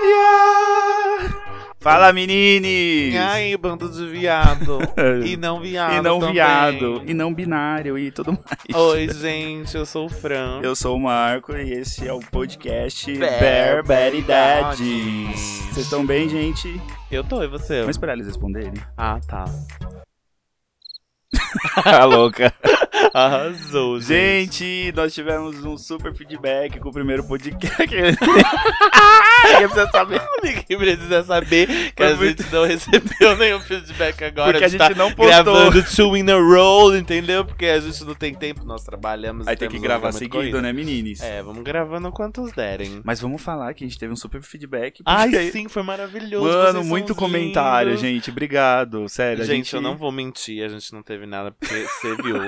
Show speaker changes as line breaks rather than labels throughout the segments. Olha! Fala, menines!
Ai, bando de viado. e não viado.
É. e não
também.
viado, e não binário, e tudo mais.
Oi, gente, eu sou o Fran.
Eu sou o Marco e esse é o podcast
Barbaridades.
Barbaridades. Vocês estão bem, gente?
Eu tô, e você?
Vamos esperar eles responderem.
Ah, tá.
Tá louca.
Arrasou, gente.
Gente, nós tivemos um super feedback com o primeiro podcast. Ninguém precisa saber.
Ninguém precisa saber que
Foi
a
muito-
gente não recebeu nenhum feedback agora.
Porque a gente
tá
não postou.
gravando two in a row, entendeu? Porque a gente não tem tempo, nós trabalhamos.
Aí tem que
temos um
gravar
programa de
seguido,
corrida.
né, meninas?
É, vamos gravando quantos derem.
Mas vamos falar que a gente teve um super feedback.
Ai,
porque-
sim, foi maravilhoso.
Mano,
vocês
muito
são
comentário,
lindos.
gente. Obrigado. Sério, a
Gente, eu não vou mentir, a gente não teve nada porque você viu.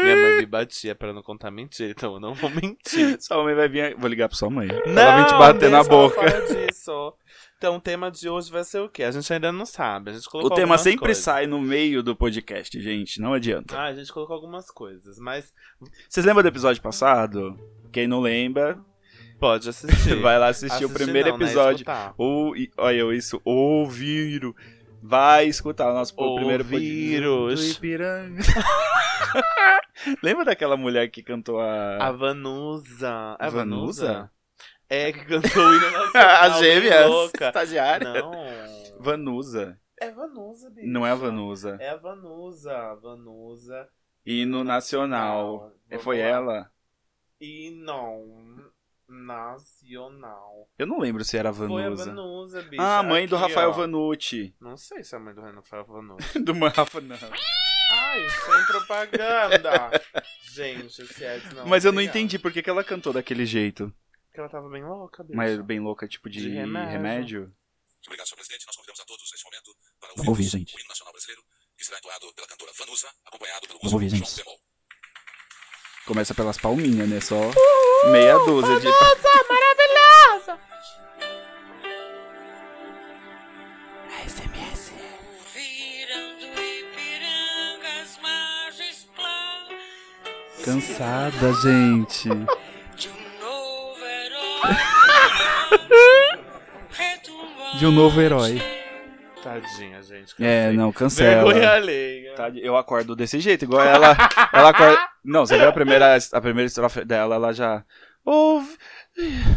Minha mãe me batia pra não contar mentira, então eu não vou mentir.
Sua mãe vai vir. Vou ligar pra sua mãe. Ela vai te bater
deixa
na
eu
boca.
falar disso. Então, o tema de hoje vai ser o quê? A gente ainda não sabe. A gente
O
colocou
tema
algumas
sempre
coisas.
sai no meio do podcast, gente. Não adianta.
Ah, a gente colocou algumas coisas, mas
Vocês lembram do episódio passado? Quem não lembra,
pode assistir.
vai lá assistir, o
Assistir
primeiro
não, né?
episódio.
Escutar.
Ou, e- olha eu isso, ouvir. Vai escutar o nosso o primeiro podcast. Do
Ouviros.
Ipiranga. Lembra daquela mulher que cantou a.
A Vanusa. É
Vanusa?
Vanusa? É, que cantou o hino nacional.
As gêmeas.
Louca.
Estagiária.
Não.
Vanusa.
É Vanusa, bicho.
Não é a Vanusa.
É a Vanusa. Vanusa.
Hino nacional. É,
Não,
Foi
vamos lá.
ela?
E não. Nacional.
Eu não lembro se era a
Foi a
Vanusa.
Vanusa, bicho.
Ah, a mãe do
Aqui,
Rafael
ó.
Vanucci.
Não sei se é a mãe do Rafael Vanusa.
Do Rafa, não.
Então, Ai, sem propaganda. Gente, esse Ed não.
Mas eu não
obrigado.
entendi por que, que ela cantou daquele jeito.
Porque ela tava bem louca, bicho.
Mas bem louca, tipo de,
De
remédio.
remédio.
Obrigado, senhor presidente. Nós convidamos a todos neste momento para
Vamos ouvir,
ouvirmos
gente.
o hino nacional brasileiro, que será entoado pela cantora Vanusa, acompanhado pelo
Vamos
músico
ouvir, gente.
João Bemol.
Começa pelas palminhas, né? Só meia dúzia de.
Virando Ipiranga as margens planas
Cansada, gente.
de um novo herói retumbante.
De um novo herói.
Tadinha, gente. que eu
É,
sei.
não, cancela.
Vergonha alheia.
Tá, Eu acordo desse jeito, igual ela. Ela acorda. Não, você viu a primeira, a primeira estrofe dela, ela já. Ouve.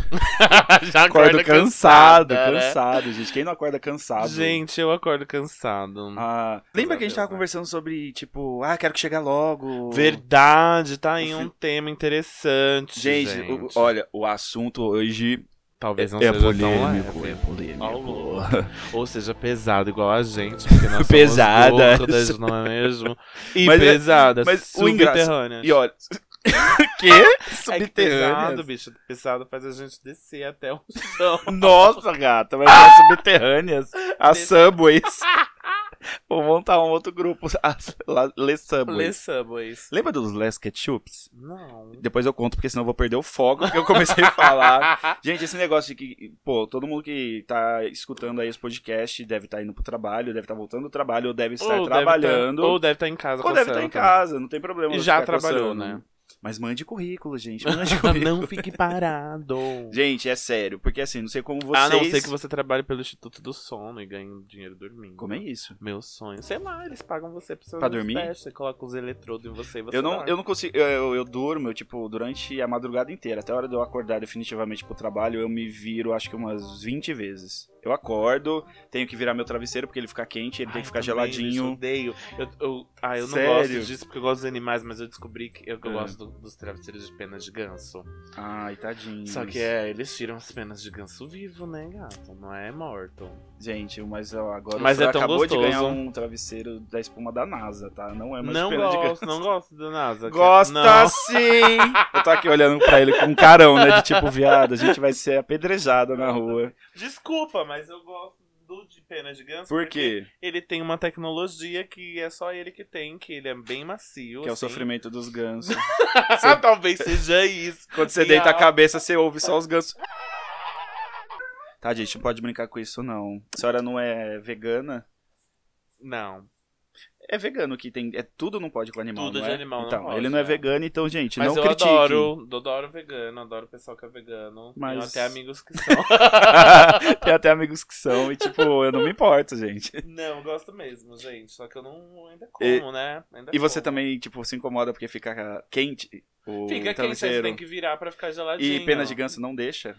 Já
Acordo cansado,
cansada, né?
cansado, gente. Quem não acorda cansado?
Gente, eu acordo cansado.
Ah, lembra que a gente tava conversando sobre, tipo, ah, quero que chegar logo.
Verdade, tá aí
O fi-
um tema interessante.
Gente,
Gente,
o- olha, o assunto hoje
talvez não
é
seja tão
polêmico, é
leve.
polêmico.
Alô. Ou seja, pesado igual a gente, porque nós
Pesadas.
somos loucas, não é mesmo? E
Mas é-
pesadas,
mas o engraçado-
subterrâneas.
E olha. que?
É que
Subterrâneo.
pesado, bicho. Pesado faz a gente descer até o chão.
Nossa, gata, mas as subterrâneas, as
Des-
subways. Vou montar um outro grupo, as la- Les Subways.
Lê Subways.
Lembra dos Les Ketchups?
Não.
Depois eu conto, porque senão eu vou perder o foco que eu comecei a falar.
Ah,
Gente, esse negócio de que, pô, todo mundo que tá escutando aí esse podcast deve estar indo pro trabalho, deve estar voltando do trabalho, ou deve estar
Ou deve tá-
trabalhando.
ou deve estar em casa.
Ou deve estar
coçando
em casa, não tem problema.
E
você
já
ficar
trabalhou,
coçando.
né?
Mas mande currículo, gente. Mande
também.
currículo.
Não fique parado.
Gente, é sério, porque assim, não sei como vocês.
A Ah, não ser que você trabalhe pelo Instituto do Sono e ganhe dinheiro dormindo.
Como é isso?
Meu sonho. Sei lá, eles pagam você pra, você
Pra
fazer os
dormir?
testes, Você coloca os eletrodos em você e você
Eu não,
dorme.
eu não consigo. Eu, eu, eu durmo, eu, tipo, durante a madrugada inteira. Até a hora de eu acordar definitivamente pro trabalho, eu me viro, acho que umas 20 vezes. Eu acordo, tenho que virar meu travesseiro porque ele fica quente, ele tem que
Ai,
ficar
também, bicho, Eu
geladinho.
odeio. Eu, eu- ah, eu
Sério?
não gosto disso porque eu gosto dos animais, mas eu descobri que eu, que eu
É.
gosto do- dos travesseiros de penas de ganso.
Ai, tadinho.
Só que é, eles tiram as penas de ganso vivo, né, gato? Não é morto.
Gente, mas ó, agora
Mas
o Fran
é tão
acabou de
gostoso.
ganhar um travesseiro da espuma da NASA, tá? Não é mais
não
pena de ganso.
gosto, não gosto do NASA. que- é-
Gosta
Não.
sim! Eu tô aqui olhando pra ele com um carão, né? De tipo, viado, a gente vai ser apedrejada na rua.
Desculpa, mas eu gosto do de penas de ganso.
Por
porque
quê?
ele tem uma tecnologia que é só ele que tem, que ele é bem macio.
Que é o
assim.
sofrimento dos gansos.
Ah, Talvez seja isso.
Quando você
E
deita a
a-
cabeça, você ouve só os gansos. Tá, gente, não pode brincar com isso, não. A senhora não é vegana?
Não.
É vegano que tem. É tudo não pode com animal.
Tudo
não
de
é?
animal não
Então,
pode,
ele não é
é.
vegano, então, gente,
Mas
não
eu
critiquem.
adoro, eu adoro vegano, adoro o pessoal que é vegano.
Mas-
Mas... Tenho até amigos que são.
tem até amigos que são, e tipo, eu não me importo, gente.
não, eu gosto mesmo, gente. Só que eu não ainda como,
E-
né? Ainda
E você
como.
também, tipo, se incomoda porque fica quente o
Fica quente, você
travesseiro.
tem que virar pra ficar geladinho.
E pena de ganso não deixa?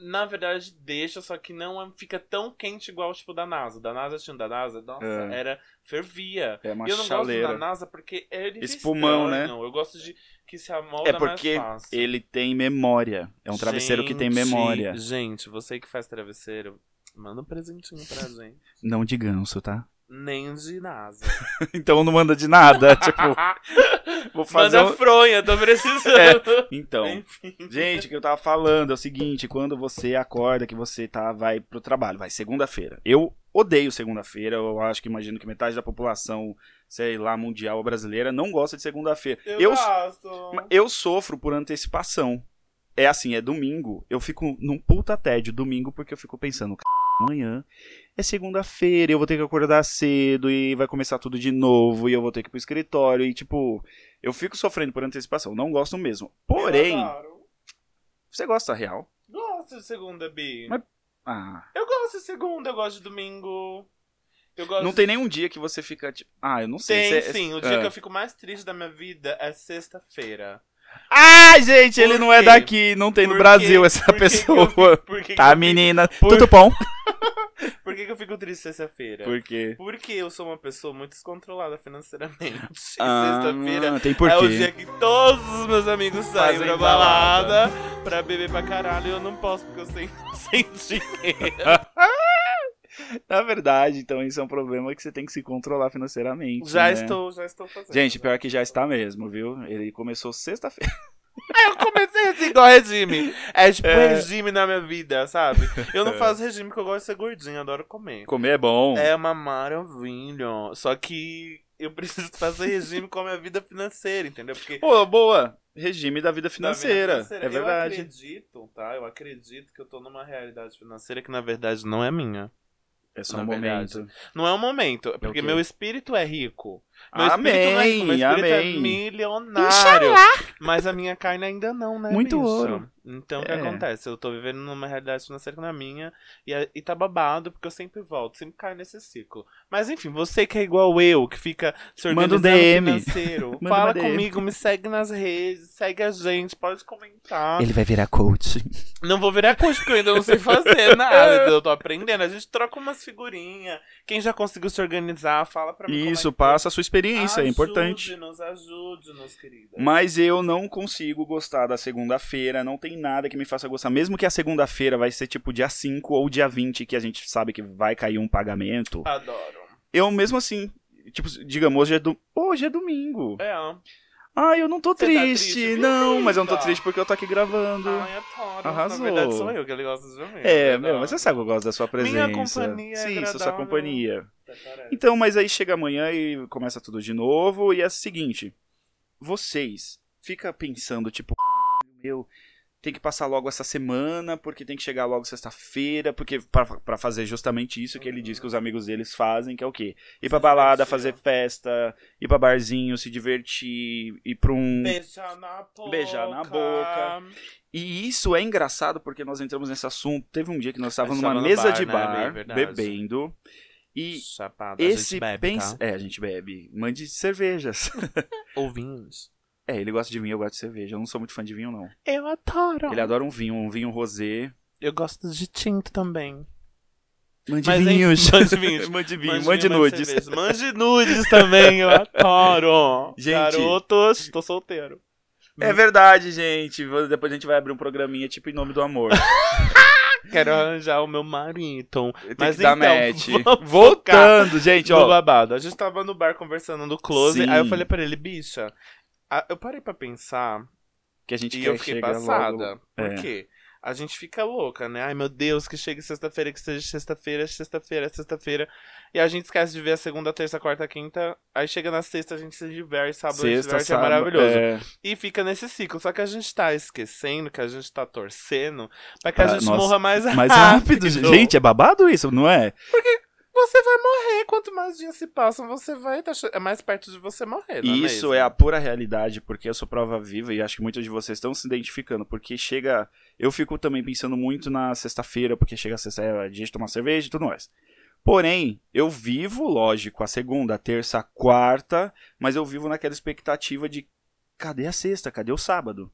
Na verdade, deixa, só que não é- fica tão quente igual, tipo, da NASA. Da NASA tinha um da NASA, nossa,
É.
era, fervia.
É uma
E eu não
chaleira.
gosto da NASA porque ele
Espumão, né?
Eu gosto de que se amolda
É porque
mais fácil.
ele tem memória. É um travesseiro que tem
Gente,
memória.
Gente, você que faz travesseiro, manda um presentinho pra gente.
Não de ganso, tá?
Nem de NASA.
Então não manda de nada. tipo, vou fazer.
manda
Um...
fronha, tô precisando.
Então,
Enfim.
gente, o que eu tava falando é o seguinte: quando você acorda que você tá, vai pro trabalho, vai segunda-feira. Eu odeio segunda-feira. Eu acho que imagino que metade da população, sei lá, mundial ou brasileira, não gosta de segunda-feira.
Eu,
É, eu
gosto.
Ma- Eu sofro por antecipação. É assim, é domingo, eu fico num puta tédio domingo porque eu fico pensando, "C****, amanhã é segunda-feira, eu vou ter que acordar cedo e vai começar tudo de novo e eu vou ter que ir pro escritório e tipo, eu fico sofrendo por antecipação, não gosto mesmo. Porém,
Eu adoro.
você gosta real?
Gosto de segunda, Bi.
Mas- Ah,
Eu gosto de segunda, eu gosto de domingo. Eu gosto
não tem nenhum dia que você fica tipo, ah, eu não sei.
Tem,
cê-
sim. O
ah.
dia que eu fico mais triste da minha vida é sexta-feira.
Ah, gente, ele
Por
não é
quê?
daqui, não tem no
Por
Brasil
quê?
essa
Por que que
pessoa.
eu- Por que, que eu
Tá,
fico-
menina,
Por-
tudo bom?
Por que, que eu fico triste sexta-feira?
Por quê?
Porque eu sou uma pessoa muito descontrolada financeiramente. E
Ah,
Sexta-feira
tem porquê.
é o dia que todos os meus amigos saem
Fazem
pra balada, pra beber pra caralho. E eu não posso, porque eu sem, sem dinheiro.
Na verdade, então isso é um problema que você tem que se controlar financeiramente.
Já
né?
estou, já estou fazendo. né?
Gente, pior que já está mesmo, viu? Ele começou sexta-feira.
Eu comecei assim igual regime. É tipo
É.
regime na minha vida, sabe? Eu não faço regime porque eu gosto de ser gordinho, adoro comer.
Comer é bom.
É uma maravilha. Só que eu preciso fazer regime com a minha vida financeira, entendeu? Porque
Pô, boa. Regime da vida
na vida
financeira. É verdade.
Eu acredito, tá? Eu acredito que eu tô numa realidade financeira que na verdade não é minha.
É só
Na
um
verdade.
momento.
Não é o momento, é porque
quê?
meu espírito é rico. Meu espírito não é rico, meu
Amém,
espírito é
amém.
milionário. Mas a minha carne ainda não, né?
Muito
bicho?
ouro.
Então o que
É.
acontece? Eu tô vivendo numa realidade financeira que não é minha e, a- e tá babado, porque eu sempre volto, sempre caio nesse ciclo. Mas enfim, você que é igual eu, que fica se
Manda um
organizando
DM.
financeiro,
Manda um uma
fala
DM.
comigo, me segue nas redes, segue a gente, pode comentar.
vai virar coach.
Não vou virar coach, porque eu ainda não sei fazer nada. Eu tô aprendendo. A gente troca umas figurinhas. Quem já conseguiu se organizar, fala pra mim.
Isso,
como é que foi.
passa a sua experiência, é importante.
Ajude-nos, ajude-nos, querida.
Mas eu não consigo gostar da segunda-feira, não tem nada que me faça gostar. Mesmo que a segunda-feira vai ser tipo dia 5 ou dia 20, que a gente sabe que vai cair um pagamento.
Adoro.
Eu mesmo assim, tipo, digamos, hoje é, do... hoje é domingo.
É,
Ai, eu não tô
Você tá
triste.
triste?
Não,
Eita.
mas eu não tô triste porque eu tô aqui gravando.
ai, adoro.
Arrasou.
Na verdade, sou eu que ele gosta de mim.
é,
adoro.
meu, mas você sabe que eu gosto da sua presença.
Minha companhia é
Sim, sou sua
agradável.
companhia.
Até parece.
Então, mas aí chega amanhã e começa tudo de novo. E é o seguinte: vocês fica pensando, tipo, "Caralho, meu, tem que passar logo essa semana, porque tem que chegar logo sexta-feira, porque pra- pra fazer justamente isso que ele
Uhum.
diz que os amigos deles fazem, que é o quê? Ir pra
Se
balada,
divertir,
fazer
ó.
festa, ir pra barzinho, se divertir, ir pra um.
Beijar na boca.
Beijar na boca. E isso é engraçado porque nós entramos nesse assunto. Teve um dia que nós estávamos
gente
numa
tava no
mesa
bar,
de
né?
bar,
É verdade.
bebendo. E
Chapada.
esse
a gente bebe,
pens-
tá?
É, a gente bebe. Mande cervejas.
Ouvinhos.
é, ele gosta de vinho, eu gosto de cerveja. Eu não sou muito fã de vinho, não.
Eu adoro.
Ele adora um vinho, um vinho rosé.
é- Eu gosto de tinto também.
Mande
Mas, hein,
vinhos.
mande vinhos.
mande vinho,
Mande
mande
vinho, mande
nudes.
cerveja. Mande nudes também, eu adoro.
Gente.
Garotos, tô solteiro.
É verdade, gente. Vou- Depois a gente vai abrir um programinha tipo Em Nome do Amor.
Quero arranjar o meu marido.
Tem
Mas
que dar
então,
match.
vamos
Voltando, gente,
no
ó.
babado. A gente tava no bar conversando no close,
Sim.
aí eu falei pra ele, bicha, a- eu parei pra pensar
Que a gente
e
quer
eu fiquei
chegar
passada.
logo.
Por
É.
quê? A gente fica louca, né? Ai meu Deus, que chegue sexta-feira, que seja sexta-feira, sexta-feira, sexta-feira. E a gente esquece de ver a segunda, terça, quarta, quinta. Aí chega na sexta, a gente se diverte, sábado a gente se
Sexta,
diverte, é
sábado,
maravilhoso.
é.
E fica nesse ciclo. Só que a gente tá esquecendo, que a gente tá torcendo, pra que
Ah,
a gente
nossa,
morra mais rápido.
Mais rápido, gente. É babado isso, não é?
Você você vai morrer. Quanto mais dias se passam, você vai tá che- é mais perto de você morrer. não
E
é
isso
mesmo?
é a pura realidade, porque eu sou prova viva e acho que muitos de vocês estão se identificando, porque chega. Eu fico também pensando muito na sexta-feira, porque chega a sexta, é a gente tomar cerveja e tudo mais. Porém, eu vivo, lógico, a segunda, a terça, a quarta, mas eu vivo naquela expectativa de cadê a sexta? Cadê o sábado?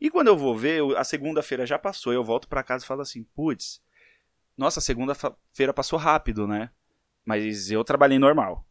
E quando eu vou ver, eu- a segunda-feira já passou, eu volto pra casa e falo assim, putz, nossa, a segunda-feira passou rápido, né? Mas eu trabalhei normal.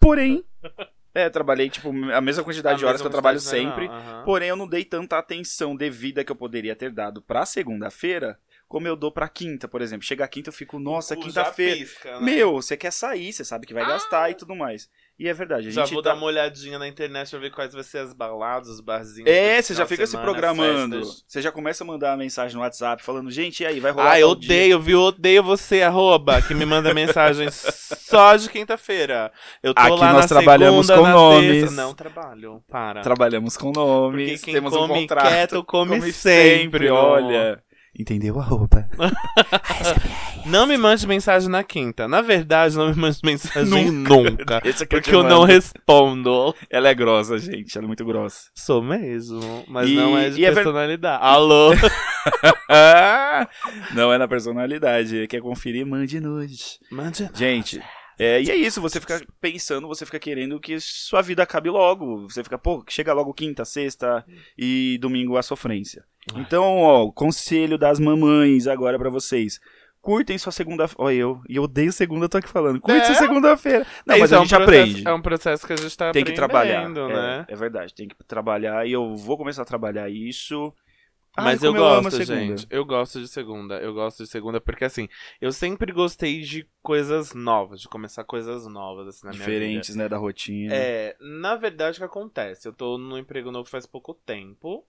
Porém, é, trabalhei tipo a mesma
A
quantidade de horas que
mesma
eu trabalho
quantidade, né? Não,
sempre.
aham.
Porém, eu não dei tanta atenção devida que eu poderia ter dado pra segunda-feira, como eu dou pra quinta, por exemplo. Chega a quinta, eu fico, nossa,
O cu já
quinta-feira.
pisca, né? Ah.
Meu, você quer sair, você sabe que vai gastar e tudo mais. E é verdade, a gente
Já vou
tá-
dar uma olhadinha na internet pra ver quais vai ser as baladas, os barzinhos.
É,
desse
você já
final de
fica se
semana, as
programando.
festas.
Você já começa a mandar mensagem no WhatsApp falando, gente, e aí, vai rolar.
Ah, eu
tal dia?"
odeio, viu? Odeio você, arroba, que me manda mensagem só de quinta-feira. Eu tô
Aqui
lá
nós
na
trabalhamos
segunda,
com
na
nomes.
terça. Não trabalho, para.
Trabalhamos com
Porque
nomes,
quem
temos um
come
contrato.
quieto come,
Come
sempre, não.
olha. Entendeu a roupa?
Não me mande mensagem na quinta. Na verdade, não me mande mensagem nunca.
Essa que
porque
te
eu não
mando.
respondo.
é Ela é grossa, gente. Ela é muito grossa.
Sou mesmo, mas
E-
não é de
e é ver-
personalidade. Alô?
Ah, não é na personalidade. Quer conferir? Mande nude.
Mande.
Gente, é, e é isso. Você fica pensando, você fica querendo que sua vida acabe logo. Você fica, pô, chega logo quinta, sexta e domingo a sofrência.
Uhum.
Então, ó, conselho das mamães agora pra vocês. Curtem sua segunda-feira. Ó, eu, e eu odeio segunda, eu tô aqui falando. Curte
É?
sua segunda-feira. Não, mas
Isso
a
é um
gente
processo-
aprende.
É um processo que a gente tá
Tem que trabalhar.
aprendendo,
É,
né?
é verdade, tem que trabalhar. E eu vou começar a trabalhar isso. Ai,
Mas eu
como amo a
gosto,
segunda.
gente. Eu gosto de segunda. Eu gosto de segunda porque, assim, eu sempre gostei de coisas novas, de começar coisas novas, assim, na minha vida.
Diferentes, né, da rotina.
É, na verdade, o que acontece? Eu tô num emprego novo faz pouco tempo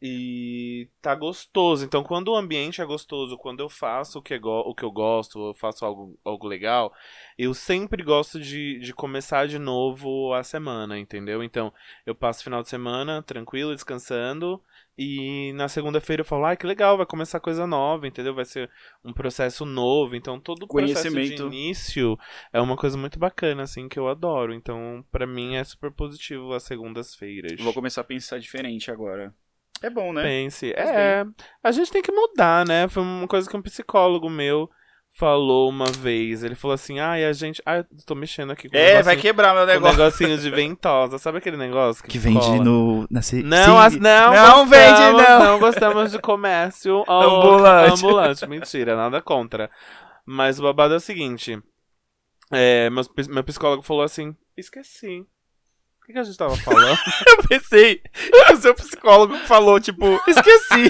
e tá gostoso. Então, quando o ambiente é gostoso, quando eu faço o que, é go- o que eu gosto, eu faço algo, algo legal, eu sempre gosto de, de começar de novo a semana, entendeu? Então, eu passo o final de semana tranquilo, descansando. E na segunda-feira eu falo, ai, que legal, vai começar coisa nova, entendeu? Vai ser um processo novo. Então, todo o processo de
Conhecimento.
início é uma coisa muito bacana, assim, que eu adoro. Então, pra mim, é super positivo as segundas-feiras.
Vou começar a pensar diferente agora. É bom, né?
Pense.
Faz
É, a gente tem que mudar, né? Foi uma coisa que um psicólogo meu falou uma vez. Ele falou assim, ai, a gente... Ai, eu tô mexendo aqui com um
É, vai
negocinho-
quebrar meu
com um
negócio.
negocinho de ventosa. Sabe aquele negócio que, cola?
no. Na se...
Não, as, não,
Não assim, vende,
gostamos-
não.
gostamos de comércio
Ambulante.
ambulante. Mentira, nada contra. Mas o babado é o seguinte: é, meus pis- meu, psicólogo falou assim: esqueci. O que, que a gente tava falando?
Eu pensei. O seu psicólogo falou, tipo, esqueci.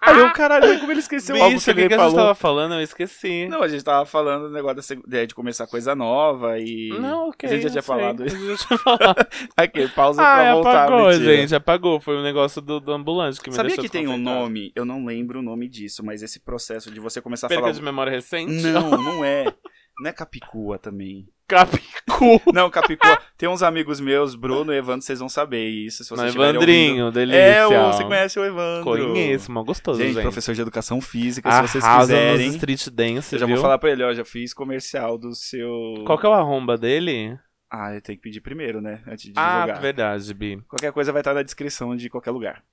Aí eu, caralho, mas como ele esqueceu algo
Bicho,
um que
o que,
ele
que a gente
falou?
tava falando? Eu esqueci.
Não, a gente tava falando do negócio da seg- de, de começar coisa nova e.
Não, ok.
A gente já
eu
tinha
sei.
falado
A
isso.
gente já tinha falado.
Aqui, pausa
Ah,
pra voltar.
apagou,
mentira.
gente. Apagou. Foi um negócio do, do ambulante que me
Sabia
deixou
que tem um
desconcertado.
nome? Eu não lembro o nome disso, mas esse processo de você começar a
Perca
falar. um-
de memória recente?
Não, não é. Não é capicua também.
Capicu.
Não, capicua. Tem uns amigos meus, Bruno e Evandro, vocês vão saber isso. Se
Não,
vocês estiverem
Evandrinho, delícia.
ouvindo. É, o- você conhece o Evandro.
Conheço, mó gostoso,
Gente,
gente.
professor de educação física, se vocês
Arrasa nos
quiserem.
street dance,
Eu já
viu?
vou falar pra ele, ó, já fiz comercial do seu...
Qual que é o arromba dele?
Ah, eu tenho que pedir primeiro, né, antes de
Ah,
divulgar.
verdade, Bi.
Qualquer coisa vai estar na descrição de qualquer lugar.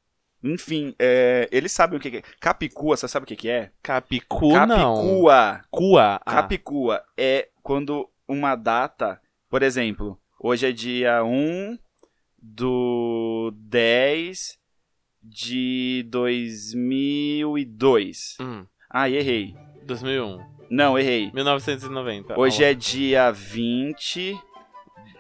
Enfim, é, eles sabem o que que é. Capicua, você sabe o que que é?
Capicu, não.
Capicua.
Cua. Ah,
Capicua é quando uma data, por exemplo, hoje é dia 1 do 10 de 2002.
hum,
Ah, errei.
2001.
Não, errei.
1990.
Hoje é dia 20.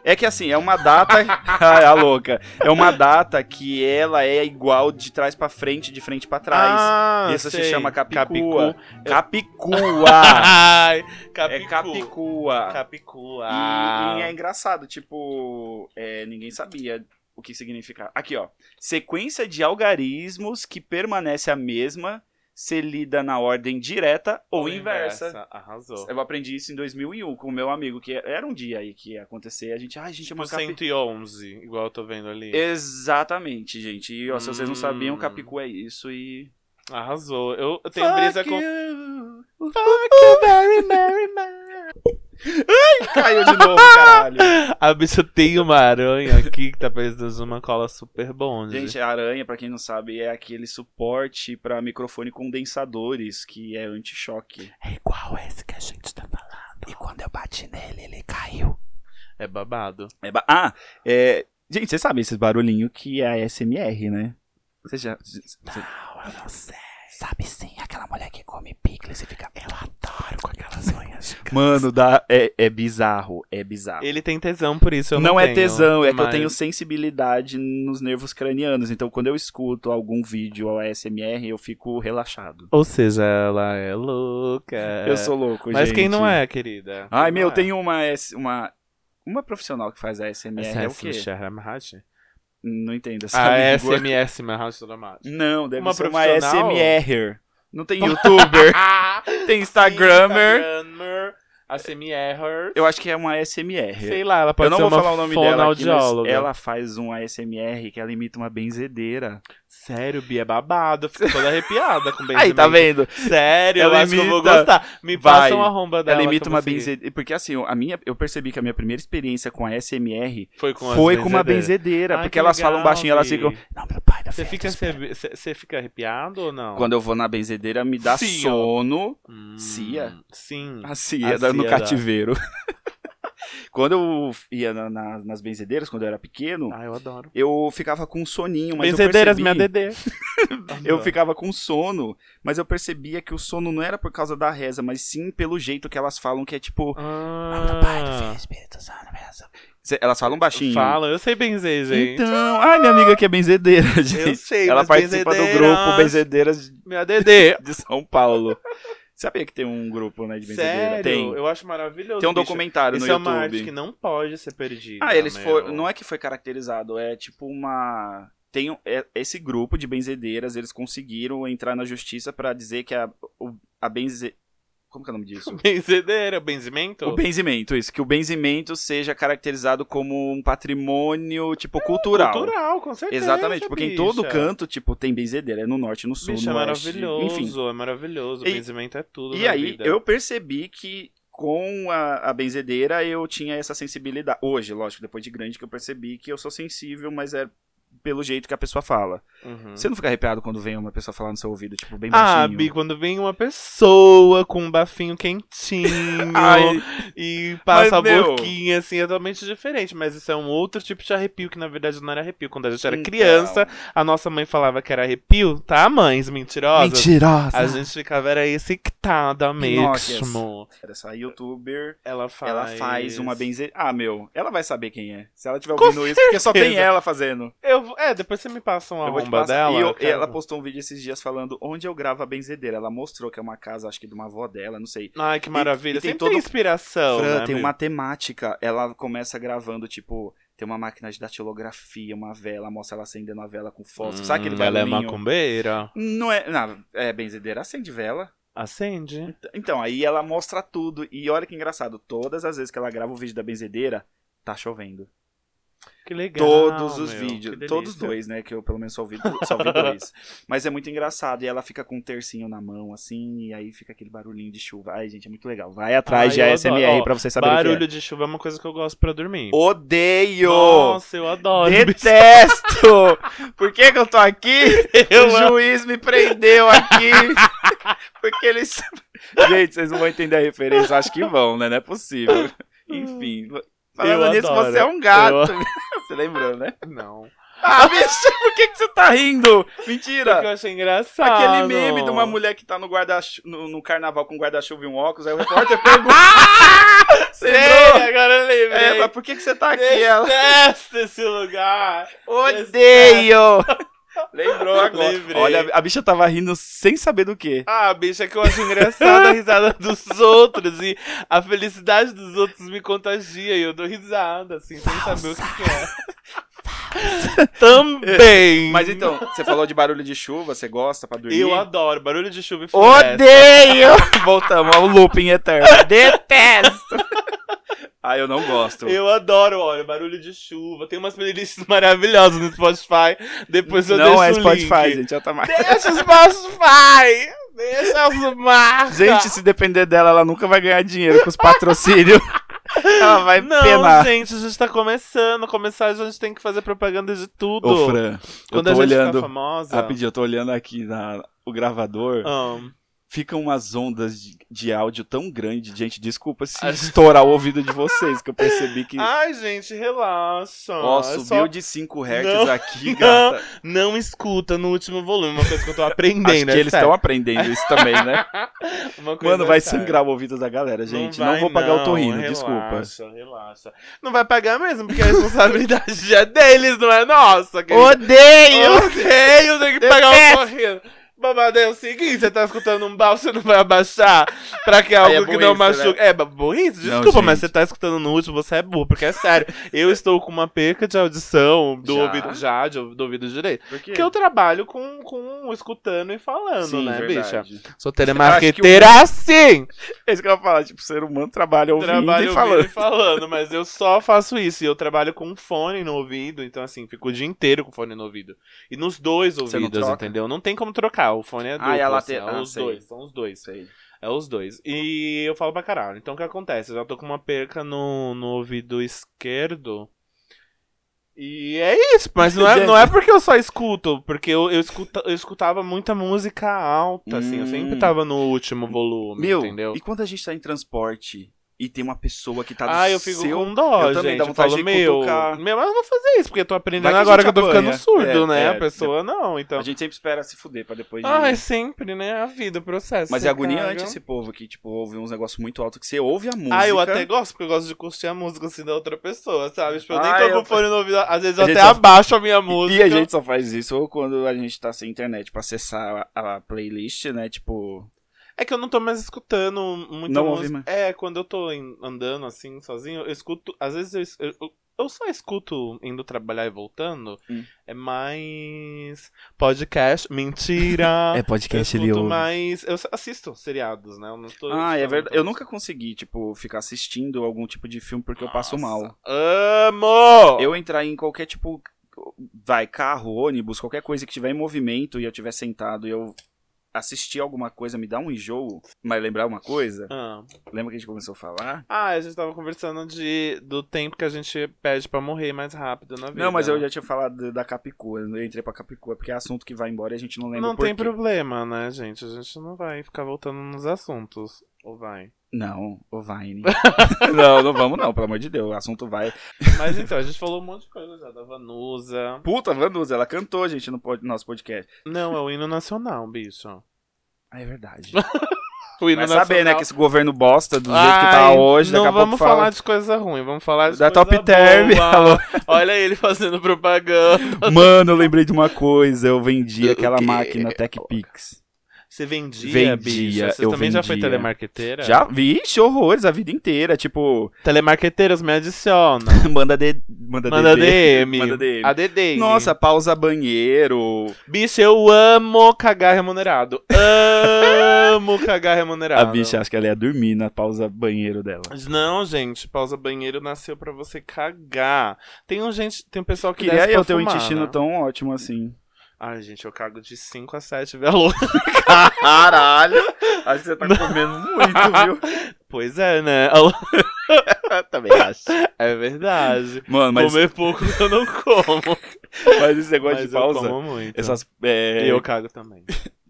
É que assim, é uma data. Ai, a louca. É uma data que ela é igual de trás pra frente, de frente pra trás.
Ah,
Isso se
sei.
chama capicua.
Capicu.
Capicua.
Ai,
É
Capicu.
capicua.
Capicu.
E-
Ah.
E, é engraçado, tipo, é, ninguém sabia o que significa. Aqui, ó. Sequência de algarismos que permanece a mesma se lida na ordem direta ou, inversa.
Arrasou.
Eu aprendi isso em 2001 com o meu amigo, que era um dia aí que ia acontecer. A gente, ai, gente, é uma
Tipo
capi...
111, igual eu tô vendo ali.
Exatamente, gente. E ó, se vocês não
Hum.
sabiam, Capicu é isso e.
Arrasou. Eu, eu tenho
Fuck
brisa com.
you.
Fuck you very, very much.
Caiu de novo, caralho.
A bicha tem uma aranha aqui que tá precisando de uma cola super bonde.
Gente, a aranha, pra quem não sabe, é aquele suporte pra microfone condensadores, que é anti-choque.
é igual esse que a gente tá falando. E quando eu bati nele, ele caiu. É babado.
É ba- ah, é... gente, vocês sabem esse barulhinho que é a SMR, né? Vocês já... c- c-
Não, eu não sei. Sabe sim, aquela mulher que come picles e fica. Eu adoro com aquelas unhas.
Mano, dá... é, é bizarro, é bizarro.
Ele tem tesão por isso, eu não,
não é
tenho,
tesão, é que eu
mas-
tenho sensibilidade nos nervos cranianos. Então, quando eu escuto algum vídeo ou ASMR, eu fico relaxado.
Ou seja, ela é louca.
Eu sou louco,
É, Mas
gente.
quem não é, querida?
Ai,
Quem
meu,
não é?
tem uma, S- uma, uma profissional que faz ASMR. É, o quê?
SS Shahram Haj?
Não entendo essa
A
língua.
SMS Maharaj Salamat.
Não, deve
Uma
ser uma
profissional?
SMR. Não tem youtuber,
Ah,
tem Instagrammer.
Instagrammer. ASMR.
tá Eu acho que é uma SMR.
Sei lá, ela pode
Eu não
ser
vou
uma
falar o nome dela aqui, mas
fonoaudióloga.
ela faz um ASMR que ela imita uma benzedeira.
Sério, Bia, é babado. Eu Fico toda arrepiada com Benjamin.
Aí, tá vendo?
Sério,
Ela
eu acho que eu vou
imita-
gostar. Me
Vai.
passam a romba dela.
Ela imita
que eu
uma
vou seguir.
benzedeira. Porque assim, a minha, eu percebi que a minha primeira experiência com a SMR
Foi com, as
foi com uma
benzedeiras.
benzedeira.
Ai,
porque
que
elas
legal,
falam baixinho, elas
Bi.
ficam. Não, meu pai, da
Você
fé,
fica,
dos
você, você fica arrepiado ou não?
Tá Quando eu vou na benzedeira, me dá
Sim, ó.
sono.
Hum,
Cia? Ah,
Sim.
A cia
A
da- no
cia da-
cativeiro. Assim quando eu ia na- na- nas benzedeiras, quando eu era pequeno,
Ah, eu adoro.
eu ficava com um soninho, mas
Benzedeiras,
eu
minha
percebi...
DD.
Eu ficava com sono, mas eu percebia que o sono não era por causa da reza, mas sim pelo jeito que elas falam, que é tipo...
Ah,
Espírito Santo, benção. Cê- Elas falam tá baixinho.
fala, eu sei benzer, gente.
Então, ai, minha amiga que é benzedeira, gente.
eu sei,
Ela
mas
participa do grupo Benzedeiras
Minha DD.
de São Paulo. Sabia que tem um grupo, né, de benzedeira?
Sério?
Tem.
Eu acho maravilhoso.
Tem um
bicho.
documentário
Isso
no
é
YouTube.
uma arte que não pode ser perdida.
Ah, eles
meu.
foram. Não é que foi caracterizado, é tipo uma. Tem um- é- esse grupo de benzedeiras, eles conseguiram entrar na justiça pra dizer que a, o- a benze. Como que é o nome disso?
Benzedeira, benzimento?
O benzimento, isso. Que o benzimento seja caracterizado como um patrimônio, tipo, cultural.
Cultural, com certeza.
Exatamente, porque em todo
é, bicha.
canto, tipo, tem benzedeira. É no norte, no sul,
Bicho, é
no oeste.
maravilhoso,
Enfim.
é maravilhoso.
E-
benzimento é tudo.
E
na
aí,
vida.
eu percebi que com a, a benzedeira eu tinha essa sensibilidade. Hoje, lógico, depois de grande, que eu percebi que eu sou sensível, mas é pelo jeito que a pessoa fala.
Uhum.
Você não fica arrepiado quando vem uma pessoa falar no seu ouvido, tipo, bem
Ah,
baixinho?
Bi, quando vem uma pessoa com um bafinho quentinho
Ai,
e passa a
Mas, meu-
boquinha, assim, é totalmente diferente. Mas isso é um outro tipo de arrepio que, na verdade, não era arrepio. Quando a gente era
então.
criança, a nossa mãe falava que era arrepio, tá, mães mentirosas?
Mentirosa!
A gente ficava, era excitada
Pinóquias.
mesmo.
Essa youtuber,
Ela faz...
ela faz uma benzedeira. Ah, meu, ela vai saber quem é. Se ela tiver
Com
ouvindo isso, porque só tem
certeza.
ela fazendo.
Eu vou- É, depois você me passa uma
eu vou te
bomba
passar.
dela. é
e eu-
cara.
ela postou um vídeo esses dias falando onde eu gravo a benzedeira. Ela mostrou que é uma casa, acho que de uma avó dela, não sei.
um- Ai, que maravilha.
e tem
Sempre tem
todo- um
inspiração,
Fran,
né,
tem
Bi?
uma temática. Ela começa gravando, tipo, tem uma máquina de datilografia, uma vela, mostra ela acendendo a vela com fósforo. Sabe aquele
Hum, Ela é
barulhinho?
macumbeira.
Não é. Não, é benzedeira, acende vela.
Acende.
Então, aí ela mostra tudo. E olha que engraçado, todas as vezes que ela grava o vídeo da benzedeira, tá chovendo.
Que legal.
Todos os
meu, que
vídeos. Todos
delícia.
dois, né? Que eu pelo menos só vi, só vi dois. Mas é muito engraçado. E ela fica com um tercinho na mão, assim, e aí fica aquele barulhinho de chuva. Ai, gente, é muito legal. Vai atrás
Ai,
de
eu
ASMR
adoro. Ó,
pra você saber o
Barulho
que é.
de chuva é uma coisa que eu gosto pra dormir.
Odeio!
Nossa, eu adoro.
Detesto! Por que, que eu tô aqui?
Eu
o
amo.
juiz me prendeu aqui. Porque eles. Gente, vocês não vão entender a referência. Acho que vão, né? Não é possível. Enfim. Falando
Eu
nisso,
adoro.
você é um gato. Você lembrou, né?
Não.
Ah, bicho, por que, que você tá rindo?
Porque eu
Mentira!
achei engraçado.
Aquele meme de uma mulher que tá no, guarda no, no carnaval com guarda-chuva e um óculos, aí o repórter pergunta. Você
Sei,
lembrou?
agora eu
Ah! É,
lembrei.
mas por que, que você tá aqui? Ela.
Detesto esse lugar.
Odeio! Lembrou agora.
Lembrei.
Olha, a bicha tava rindo sem saber do que.
Ah, bicho, é que eu acho engraçada a risada dos outros e a felicidade dos outros me contagia e eu dou risada, assim, sem saber o que, que é. Também!
Mas então, você falou de barulho de chuva, você gosta pra dormir?
Eu adoro, barulho de chuva e floresta.
Odeio! Voltamos ao looping eterno. Detesto! Ah, eu não gosto.
Eu adoro, olha, barulho de chuva. Tem umas playlists maravilhosas no Spotify. Depois eu
não
deixo
é
o
Spotify,
link.
gente. Eu tô mais...
Deixa o Spotify! Deixa as marcas!
Gente, se depender dela, ela nunca vai ganhar dinheiro com os patrocínios. Ela vai
Não,
penar.
gente, a gente tá começando. Começar, a gente tem que fazer propaganda de tudo.
Ô, Fran,
Quando
eu
a
tô
gente
olhando.
ficar famosa.
Rapidinho, eu tô olhando aqui na, o gravador.
Ahn,
Ficam umas ondas de, de áudio tão grande. Gente, desculpa se
Ah.
estourar o ouvido de vocês, que eu percebi que.
Ai, gente, relaxa.
Ó,
Ah, É
subiu
só-
de 5 Hz
Não.
aqui, gata.
Não escuta no último volume, uma coisa que eu tô
Acho
aprendendo. é
que eles estão aprendendo isso também, né?
estão.
Mano, vai sangrar o ouvido da galera, gente. Não, vou pagar o torrino, desculpa.
Relaxa, relaxa. Não vai pagar mesmo, porque a responsabilidade é deles, não é nossa. querido.
Odeio!
Odeio ter que pagar o torrino. Babado é o seguinte, você tá escutando um balde, você não vai abaixar pra que algo
Aí é
que não
burrice, né?
machuque. É, ba- burrice,
Não,
desculpa, mas
gente.
você tá escutando no último, você é burro, porque é sério. Eu estou com uma perca de audição do
Já?
ouvido já, de ou- do ouvido direito.
Ah, Por quê?
Porque eu trabalho com, com escutando e falando, né, bicha?
bicha?
Sou telemarqueteira assim!
É isso que eu ia falar, tipo, ser humano trabalha ouvindo
Trabalho
e
ouvindo
falando.
e falando, mas eu só faço isso. E eu trabalho com um fone no ouvido, então assim, fico o dia inteiro com o fone no ouvido. E nos dois
Você não
ouvidos,
troca?
entendeu? Não tem como trocar, o fone é duplo,
Ah, é a
assim,
lateral,
é
ah,
os
sei.
dois, são os dois. É os dois. E eu falo pra caralho. Então o que acontece? Eu já tô com uma perca no, no ouvido esquerdo. E é isso, mas não é, não é porque eu só escuto, porque eu, eu, escuta, eu escutava muita música alta, assim, eu sempre
Hum.
tava no último volume,
Meu,
entendeu?
e quando a gente tá em transporte e tem uma pessoa que tá do
Ah, eu fico
seu...
com dó,
eu
gente.
também dá
eu
vontade
falo,
de
meu,
cutucar.
meu, mas eu não vou fazer isso, porque eu tô aprendendo
Vai que a
agora
gente
que eu tô ficando
apanha.
surdo,
É,
né?
é,
a pessoa não, então.
A gente sempre espera se fuder pra depois de...
Ah, é sempre, né? A vida, o processo.
Mas
você
é agoniante
caga.
esse povo que, tipo, ouve uns negócios muito altos que você ouve a música.
Ah, eu até gosto, porque eu gosto de curtir a música assim da outra pessoa, sabe? Tipo, eu nem
Ah,
tô
eu-
com o fone no ouvido, às vezes eu
A gente
até
só-
abaixo a minha música.
E a gente só faz isso ou quando a gente tá sem internet pra acessar a, a playlist, né? Tipo.
É que eu não tô mais escutando muita
Não ouve
música. É, quando eu tô em- andando assim, sozinho, eu escuto. Às vezes eu, es- eu, eu- eu só escuto indo trabalhar e voltando.
Hum.
É mais. Podcast. Mentira! eu
É podcast
escuto mais. Eu assisto seriados, né? Eu não tô.
Ah, é
escutando
verdade.
tanto.
Eu nunca consegui, tipo, ficar assistindo algum tipo de filme porque eu passo
Nossa.
mal.
Amo!
Eu entrar em qualquer tipo. Vai, carro, ônibus, qualquer coisa que tiver em movimento e eu tiver sentado e eu assistir alguma coisa, me dá um enjoo. Mas lembrar uma coisa?
Ah.
Lembra que a gente começou a falar?
Ah, a gente tava conversando de, do tempo que a gente pede pra morrer mais rápido na vida.
Não, mas eu já tinha falado da Capicua. Eu entrei pra Capicua porque é assunto que vai embora e a gente não lembra
Não
por
tem
quê.
problema, né, gente? A gente não vai ficar voltando nos assuntos. Ou vai?
Não, o Vine. não, não vamos não, pelo amor de Deus. O assunto vai.
Mas então, a gente falou um monte de coisa já da Vanusa.
Puta, Vanusa, ela cantou, gente, no pod- nosso podcast.
Não, é o hino nacional, bicho.
Ah, é verdade.
O hino
Vai saber, né, que esse governo bosta do jeito que tá
Ai,
hoje,
não
daqui a pouco
vamos falar
fala.
de coisa ruim, vamos falar de
Da
coisa
Top Term.
boa.
Alô.
Olha ele fazendo propaganda.
Mano, eu lembrei de uma coisa. Eu vendi
O
aquela
quê?
máquina TechPix.
Você vendia,
Vendia,
bicha? Você
eu
também já foi
vendia.
telemarqueteira?
Já vi horrores a vida inteira. Tipo,
Telemarqueteiros me adicionam.
manda, D, manda,
Manda
DD,
DM.
Manda DM.
ADD.
Nossa, pausa banheiro.
Bicho, eu amo cagar remunerado. Amo cagar
A
remunerado.
bicha, acho que ela ia dormir na pausa banheiro dela.
Não, gente, pausa banheiro nasceu pra você cagar. Tem um gente, tem um pessoal que
Queria
desce
eu
pra
ter um
fumar,
intestino
né?
tão ótimo assim.
Ai, gente, eu cago de 5 a 7 velos.
Caralho! Acho que você tá comendo muito, viu?
Pois é, né? Alô?
Também acho.
É verdade.
Mano, mas,
Comer pouco eu não como.
mas esse negócio
Mas
de
eu
pausa.
como muito.
Essas. é,
E eu cago também.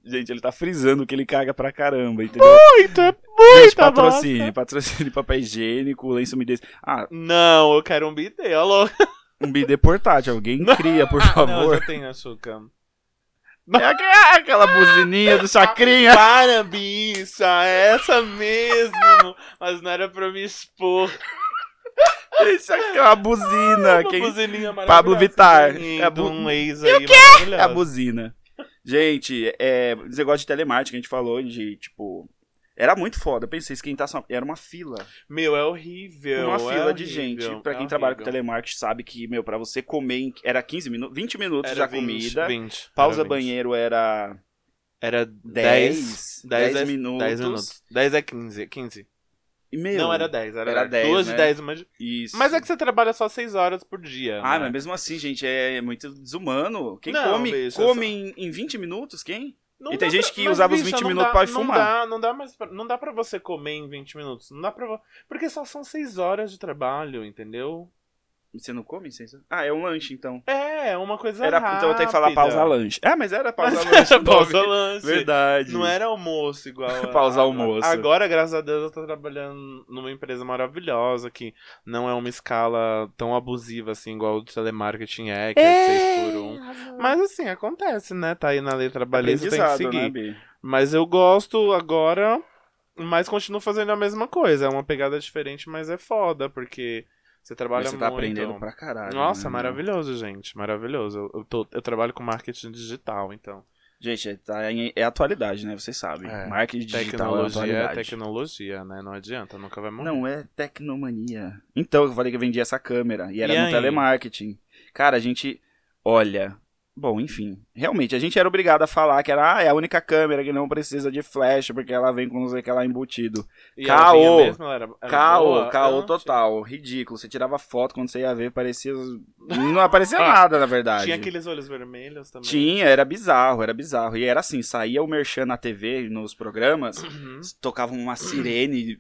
Gente, ele tá frisando que ele caga pra caramba, entendeu?
Muito é
Gente,
muita
patrocínio, patrocínio, papel higiênico, lenço umidez. Ah,
Não, eu quero um bidê, alô.
um bidê portátil, alguém cria, por
Não,
favor.
já tem açúcar.
É aqu- é aquela buzininha do chacrinha.
Para, bicha, é essa mesmo. Mas não era pra me expor.
Isso aqui é uma buzina.
Uma
Quem...
buzininha maravilhosa.
Pablo Vittar.
Sim,
É a
de
bu-
um ex aí
É a
maravilhoso.
buzina. Gente, é, esse negócio de telemática, a gente falou de, tipo... Era muito foda, eu pensei, esquentar só... Era uma fila.
Meu, é horrível.
uma
é
fila de gente.
horrível,
Pra
é
quem trabalha com
horrível.
telemarketing sabe que, meu, pra você comer... em- Era 15 minutos, 20 minutos
Era
já
20,
comida.
20,
Pausa
era 20.
banheiro era
Era 10.
10,
10,
10
é,
minutos.
10 minutos. 10 é 15. 15.
E, meu,
não era 10, era,
era 10,
Duas
né?
de 10, uma de...
Isso.
Mas é que você trabalha só 6 horas por dia.
Ah,
né?
mas mesmo assim, gente, é muito desumano. Quem
Não,
come,
bicho,
come
é
em, em 20 minutos, quem?
Não
E tem
dá
gente
pra-
que
mas,
usava os
bicha,
20
não
minutos
dá-
pra ir
não
fumar.
Dá, não dá mais pra, não dá pra você comer em 20 minutos. Não dá pra. vo- Porque só são 6 horas de trabalho, entendeu?
Você não come? sem isso? Ah, é um lanche, então.
É, é uma coisa
Era,
rápida.
então eu tenho que falar pausa lanche. Ah, mas era pausa lanche.
Era
o nome.
pausa lanche.
Verdade.
Não é era almoço igual. a-
Pausa almoço.
Agora, graças a Deus, eu tô trabalhando numa empresa maravilhosa que não é uma escala tão abusiva assim, igual o telemarketing é, que é 6 por 1 Mas assim, acontece, né? Tá aí na lei trabalhista, tem que
Aprendizado,
seguir.
né, Bi?
Mas eu gosto agora, mas continuo fazendo a mesma coisa. É uma pegada diferente, mas é foda, porque você trabalha
Mas você tá
muito.
aprendendo pra caralho.
Nossa,
né?
maravilhoso, gente. Maravilhoso. Eu, eu tô- eu trabalho com marketing digital, então.
Gente, é, tá em- é atualidade, né? Vocês sabem.
É.
Marketing digital é
Tecnologia é
atualidade.
tecnologia, né? Não adianta, nunca vai morrer.
Não, é tecnomania. Então, eu falei que eu vendi essa câmera. E era
E
no
aí?
telemarketing. Cara, a gente. Olha. Bom, enfim. Realmente, a gente era obrigado a falar que era ah, é a única câmera que não precisa de flash, porque ela vem com não sei o que lá embutido.
E ela vinha
Caô.
mesmo, ela era- era
Caô,
boa?
caô
Ah,
total. Ridículo. Você tirava foto quando você ia ver, parecia. Não aparecia nada, na verdade.
Tinha aqueles olhos vermelhos também.
Tinha, era bizarro, era bizarro. E era assim, saía o Merchan na TV, nos programas,
Uhum.
tocava uma sirene,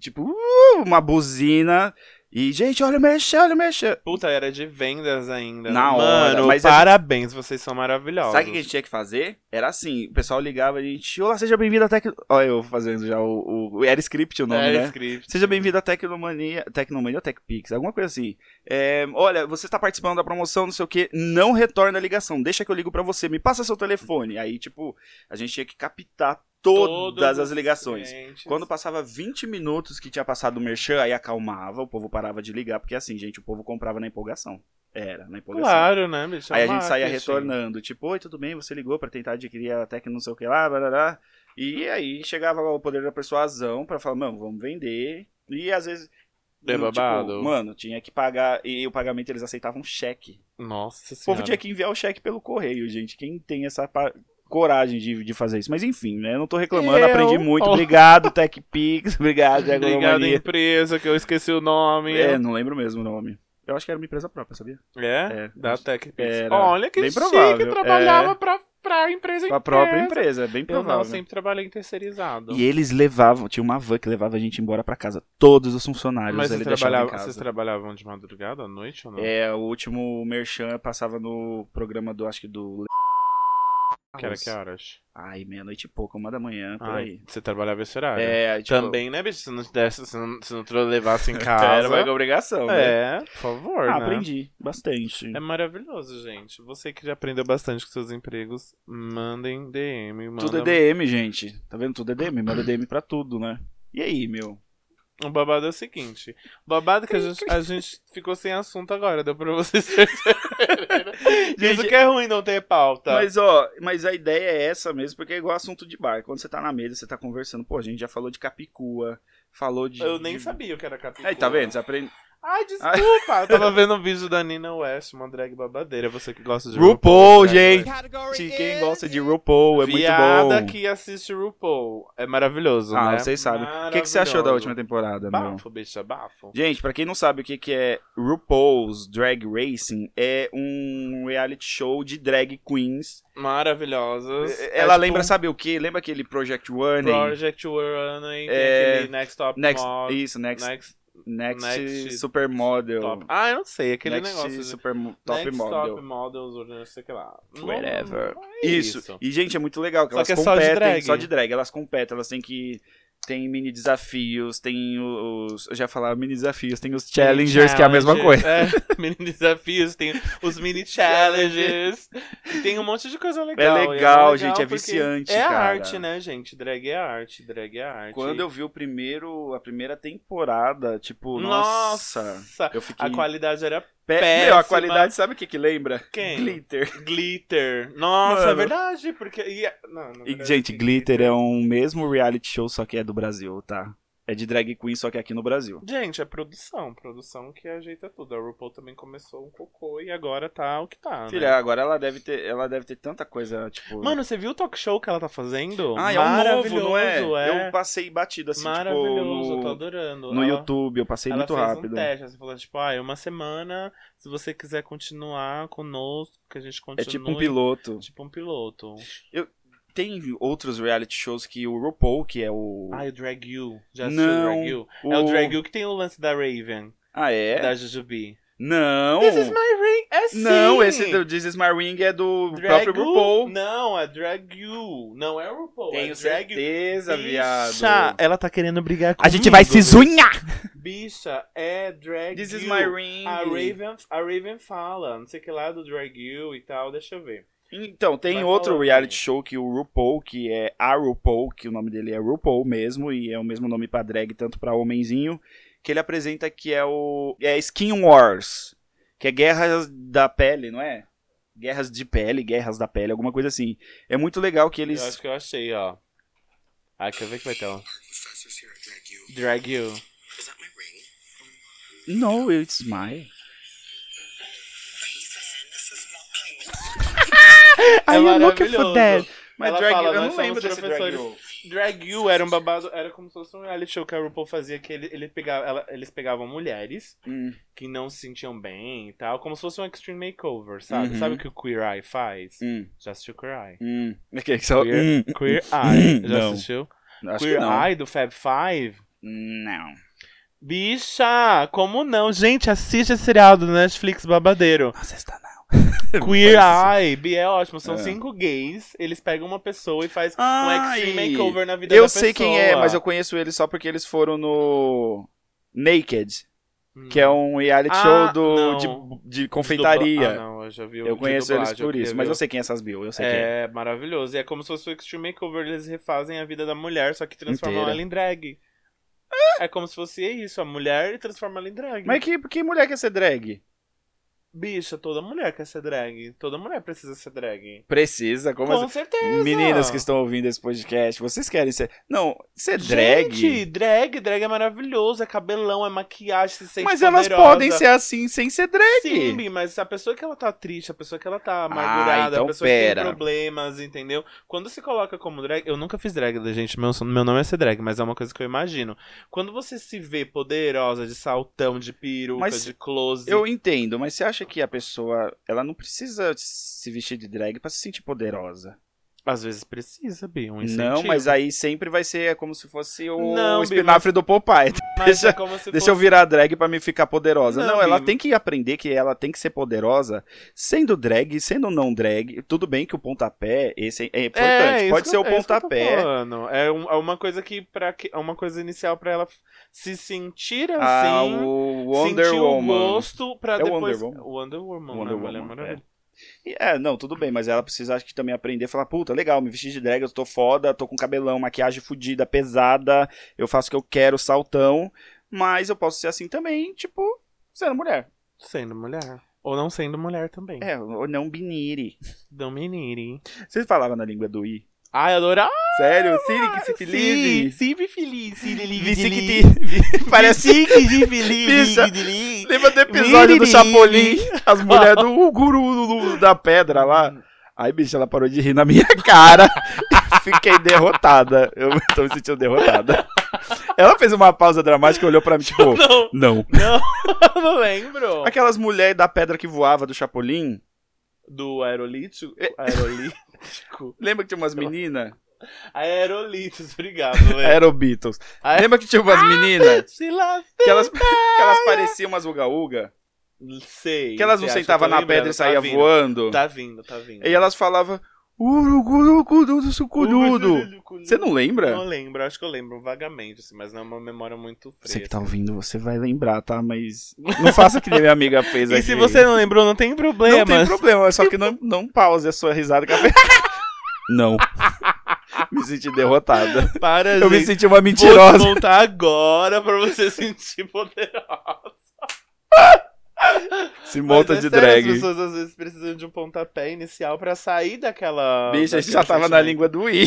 tipo, uh, uma buzina. E, gente, olha o Merchan, olha o Merchan.
Puta, era de vendas ainda.
Na hora,
Mano,
mas a gente-
parabéns, vocês são maravilhosos.
Sabe o que a gente tinha que fazer? Era assim, o pessoal ligava e a gente, olá, seja bem-vindo à Tecno... Olha eu fazendo já o... o- Era script o nome,
Era
né?
É, script.
Seja bem-vindo à Tecnomania, Tecnomania ou TecPix, alguma coisa assim. É, olha, você tá participando da promoção, não sei o quê, não retorna a ligação, deixa que eu ligo pra você, me passa seu telefone. Aí, tipo, a gente tinha que captar todas
Todos
as
os
ligações.
clientes.
Quando passava 20 minutos que tinha passado o merchan, aí acalmava, o povo parava de ligar, porque assim, gente, o povo comprava na empolgação. Era, na empolgação.
Claro, né,
um assim,
bicho? É
Aí a gente saía
marketing.
retornando, tipo, oi, tudo bem, você ligou pra tentar adquirir a técnica não sei o que lá, barará. E aí chegava o poder da persuasão pra falar, mano, vamos vender. E às vezes,
É
tipo,
babado.
mano, tinha que pagar, e o pagamento eles aceitavam cheque.
Nossa
O
senhora.
povo tinha que enviar o cheque pelo correio, gente. Quem tem essa pa- coragem de, de fazer isso? Mas enfim, né? Não tô reclamando,
Eu.
aprendi muito.
Oh.
Obrigado, TechPix. Obrigado,
Obrigada,
Diagonomania.
empresa, que eu esqueci o nome.
É, não lembro mesmo o nome. Eu acho que era uma empresa própria, sabia?
É?
É.
Da TechPix.
Era.
Olha que
Bem
chique,
provável.
trabalhava pra, pra empresa
Com a própria
inteira.
empresa, é bem
Eu não,
provável.
sempre trabalhei em terceirizado.
E eles levavam, tinha uma van que levava a gente embora pra casa. Todos os funcionários
Mas
ele
vocês
deixava em
trabalhavam,
casa.
vocês trabalhavam de madrugada, à noite ou não?
É, o último Merchan passava no programa do, acho que do...
Que era que horas?
Ai, meia-noite e pouco, uma da manhã, por
Ai,
aí.
Você trabalhava esse horário.
É, tipo,
Também, né, bicho? Se não te desse, se não, se não te levasse em
Era
casa.
uma obrigação, né?
é, por favor,
Ah,
né?
aprendi bastante.
É maravilhoso, gente. Você que já aprendeu bastante com seus empregos, mandem DM. Manda... um
Tudo é DM, gente. Tá vendo? Tudo é DM. Manda DM pra tudo, né? E aí, meu?
O babado é o seguinte. O babado é que a gente, a gente ficou sem assunto agora, deu pra vocês perceberem. Isso
Gente,
que é ruim não ter pauta.
Mas, ó, mas a ideia é essa mesmo, porque é igual assunto de bar. Quando você tá na mesa, você tá conversando. Pô, a gente já falou de capicua, falou de...
Eu nem
de-
sabia o que era capicua.
Aí, tá vendo? Você aprende...
Ai, desculpa. Eu tava vendo um vídeo da Nina West, uma drag babadeira. Você que gosta de
RuPaul,
drag
gente!
race.
Se Quem gosta de RuPaul é
Viada
muito bom.
que assiste RuPaul. É maravilhoso,
Ah,
né?
vocês sabem. O que, que você achou da
Maravilhoso.
última temporada, meu?
Bafo, bicha, bafo.
Gente, pra quem não sabe o que, que é RuPaul's Drag Racing, é um reality show de drag queens
Maravilhosas.
Ela
É
lembra,
tipo
sabe o que? Lembra aquele Project
um
Running?
Project Runway, tem
É,
aquele Next Top
Next,
Model,
isso, Next,
Next
next,
Next
Supermodel.
Top. Ah, eu não sei, aquele
next
negócio. de-
super, Top
Next
Model.
Top Models, ou não sei o que lá.
Whatever.
Não, é
Isso. E, gente, é muito legal que
Só
elas
que é só de
competem.
drag.
só de drag. Elas competem, elas têm que. Tem mini desafios, tem os. Eu já falava mini desafios, tem os challengers, que é a mesma coisa.
É, mini desafios, tem os mini challenges. e tem um monte de coisa legal. e
É legal, gente, é
porque
viciante,
É
cara.
a arte, né, gente? Drag é arte, drag é arte.
Quando eu vi o primeiro, a primeira temporada, tipo,
Nossa!
nossa. Eu fiquei.
A qualidade era
pé-
péssima.
Meu, a qualidade, sabe o que que lembra?
Quem?
Glitter.
glitter. Nossa,
Mano.
é verdade, porque... e é- não, na
E,
verdade,
gente,
que
Glitter é um mesmo reality show, só que é do Brasil, tá? É de drag queen, só que é aqui no Brasil.
Gente, é produção. Produção que ajeita tudo. A RuPaul também começou um cocô e agora tá o que tá, né?
Filha, agora ela deve ter, ela deve ter tanta coisa, tipo.
Mano, você viu o talk show que ela tá fazendo?
ah, é um novo, não
Maravilhoso,
é? Eu passei batido assim,
Maravilhoso,
tipo,
eu tô
no,
adorando.
no
Ela-
YouTube, eu passei
ela
muito
fez
rápido.
um teste, ela falou tipo, ah, é uma semana, se você quiser continuar conosco, que a gente
é
continue.
tipo um piloto.
Tipo um piloto.
Tem outros reality shows que o RuPaul, que é o.
Ah, e o Drag You. Já assistiu o
Não,
Drag You? É o Drag You que tem o lance da Raven,
Ah, é?
da Jujubee.
Não!
This is my ring! É sim!
Não, esse do This Is My Ring é do
Drag
próprio
You?
RuPaul.
Não, é Drag You. Não é RuPaul, é Drag You.
certeza,
Bicha, ela tá querendo brigar comigo.
A gente vai se zunhar!
Bicha, é Drag
This
You.
is my ring.
A Raven, a Raven fala, não sei o que lá do Drag You e tal, deixa eu ver.
Então, tem
Vai
outro
falando
reality
aí.
show que o RuPaul, que é a RuPaul, que o nome dele é RuPaul mesmo, e é o mesmo nome pra drag, tanto pra homenzinho, que ele apresenta que é o. É Skin Wars, que é guerras da pele, não é? Guerras de pele, guerras da pele, alguma coisa assim. É muito legal que
Eu
eles.
acho que eu achei, ó. Ah, quer ver que vai ter, ó. Drag You.
No, it's my.
É
Are you looking
maravilhoso.
for that? É Mas
Ela
drag,
fala,
eu
"Nós
não lembro
somos
desse drag.
professores."
Roll.
Drag You era um babado, era como se fosse um reality show que a RuPaul fazia, que ele, ele pegava, ela- eles pegavam mulheres
Hum.
que não se sentiam bem e tal, como se fosse um extreme makeover, sabe?
Uhum.
Sabe o que o Queer Eye faz?
Hum,
Já assistiu Queer Eye?
hum. Ok, só.
Queer,
hum, hum.
Queer Eye, já
Não.
assistiu?
Acho que
Queer
não.
Eye do Fab Five?
Não.
Bicha, como não? Gente, assiste esse serial do Netflix babadeiro.
Assista não.
Queer
Parece-
Eye, Bi, é ótimo. São
É.
cinco gays, eles pegam uma pessoa e faz um
Ai,
extreme makeover na vida
Eu
da
sei
pessoa.
quem é, mas eu conheço eles só porque eles foram no Naked,
Hum.
que é um reality
Ah,
show
não.
do, de, de confeitaria.
Ah, não, eu já vi o
eu
de
conheço
dublagem,
eles por
queria
isso,
ver
mas
o-
eu sei quem é essas Bill, eu sei quem é.
É maravilhoso. E é como se fosse o Extreme Makeover, eles refazem a vida da mulher, só que transformam
Inteira.
ela em drag. É como se fosse isso, a mulher e transforma ela em drag.
Mas é que, que mulher quer ser drag?
Bicha, toda mulher quer ser drag. Toda mulher precisa ser drag.
Precisa, como
Com
assim?
certeza.
Meninas que estão ouvindo esse podcast, vocês querem ser. Não, ser drag.
Gente, drag, drag é maravilhoso, é cabelão, é maquiagem, se sente
Mas elas
poderosa.
podem ser assim sem ser drag.
Sim, Bi, mas a pessoa que ela tá triste, a pessoa que ela tá amargurada,
então
a pessoa
pera.
que tem problemas, entendeu? Quando se coloca como drag, eu nunca fiz drag, né, gente, meu, son- meu nome é ser drag, mas é uma coisa que eu imagino. Quando você se vê poderosa, de saltão, de peruca,
Mas
de close,
Eu entendo, mas você acha que a pessoa ela não precisa se vestir de drag pra se sentir poderosa?
às vezes precisa, Bi, um incentivo.
Não, mas aí sempre vai ser é como se fosse o
Não, Bi,
espinafre do Popeye.
Mas
deixa-
é como se
Deixa eu
fosse-
virar drag pra me ficar poderosa. Não,
Não,
ela
Bi.
tem que aprender que ela tem que ser poderosa, sendo drag, sendo não drag. Tudo bem que o pontapé, esse é importante.
isso
Pode
que
ser
eu-
o
é isso que eu tô
pontapé.
falando. É, um- é uma coisa que para é uma coisa inicial pra ela se sentir assim.
Ah, o Wonder
sentir
Woman.
o gosto pra
É Wonder
depois...
Woman.
Wonder Woman,
Wonder
né, mulher
Woman,
maravilha.
E, É, não, tudo bem, mas ela precisa, acho que também aprender a falar, puta, legal, me vesti de drag, eu tô foda, tô com cabelão, maquiagem fodida, pesada, eu faço o que eu quero, saltão, mas eu posso ser assim também, tipo, sendo mulher.
Sendo mulher. Ou não sendo mulher também.
É, ou não binire.
Dominiri.
Vocês falavam na língua do I?
Ai, adorava.
Sério? Siri, que se
Sim,
felive?
sim, feliz.
Vici Ah, que te... Parece... Bicha, lembra do episódio do
Miriri.
Chapolin? As mulheres do o guru do- da pedra Tá lá. Aí, bicho, ela parou de rir na minha cara. Fiquei derrotada. Eu tô me sentindo derrotada. Ela fez uma pausa dramática e olhou pra mim, tipo,
Não,
não.
não, não lembro.
Aquelas mulheres da pedra que voava do Chapolin,
Do aerolítico?
É.
Aerolítico?
lembra que tinha umas meninas?
Aerolíticos, obrigado, velho.
Era o Beatles.
Ai.
Lembra que tinha umas
Ah,
meninas
Se lá...
que elas, que elas pareciam umas uga-uga?
Sei.
Que elas não
sei, acho
sentavam
eu tô
na
lembrando,
pedra e saíam
tá vindo,
voando?
Tá vindo, tá vindo.
E elas falavam, urugurucududo sucududo. Você não lembra?
Não lembro, acho que eu lembro vagamente, assim, mas não é uma memória muito fresca.
Você que tá ouvindo, você vai lembrar, tá? Mas não faça que nem minha amiga fez aqui.
E se você não lembrou, não tem problema.
Não tem problema, é só que não, não pause a sua risada com a Não. me senti derrotada.
Para,
Eu me
gente.
senti uma
Vou te
mentirosa.
contar agora pra você sentir poderosa.
Se monta
Mas é
de
sério,
drag.
As pessoas às vezes precisam de um pontapé inicial pra sair daquela...
Bicho, a gente
daquele
já tava na
sentimento.
língua do I.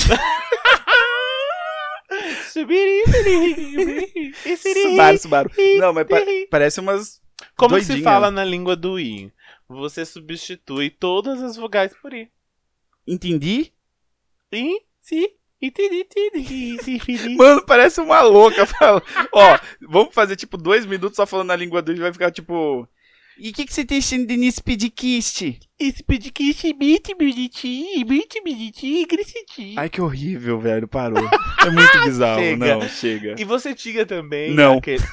E siri.
Subaru, Subaru. Não, mas pa-
Siri.
parece umas.
Como que se
Doidinha.
fala na língua do I? Você substitui todas as vogais por I.
Entendi?
I, si, e tiri, tiri, si, fili.
Mano, parece uma louca. fala- Ó, vamos fazer tipo dois minutos só falando na língua do I. Vai ficar tipo. E o que, que você tem achando de nesse pedicast?
Esse podcast é muito bonitinho, muito bonitinho, engraçadinho.
Ai, que horrível, velho. Parou. É muito bizarro.
Chega.
Não, chega.
E você tinha também.
Não.
aquele-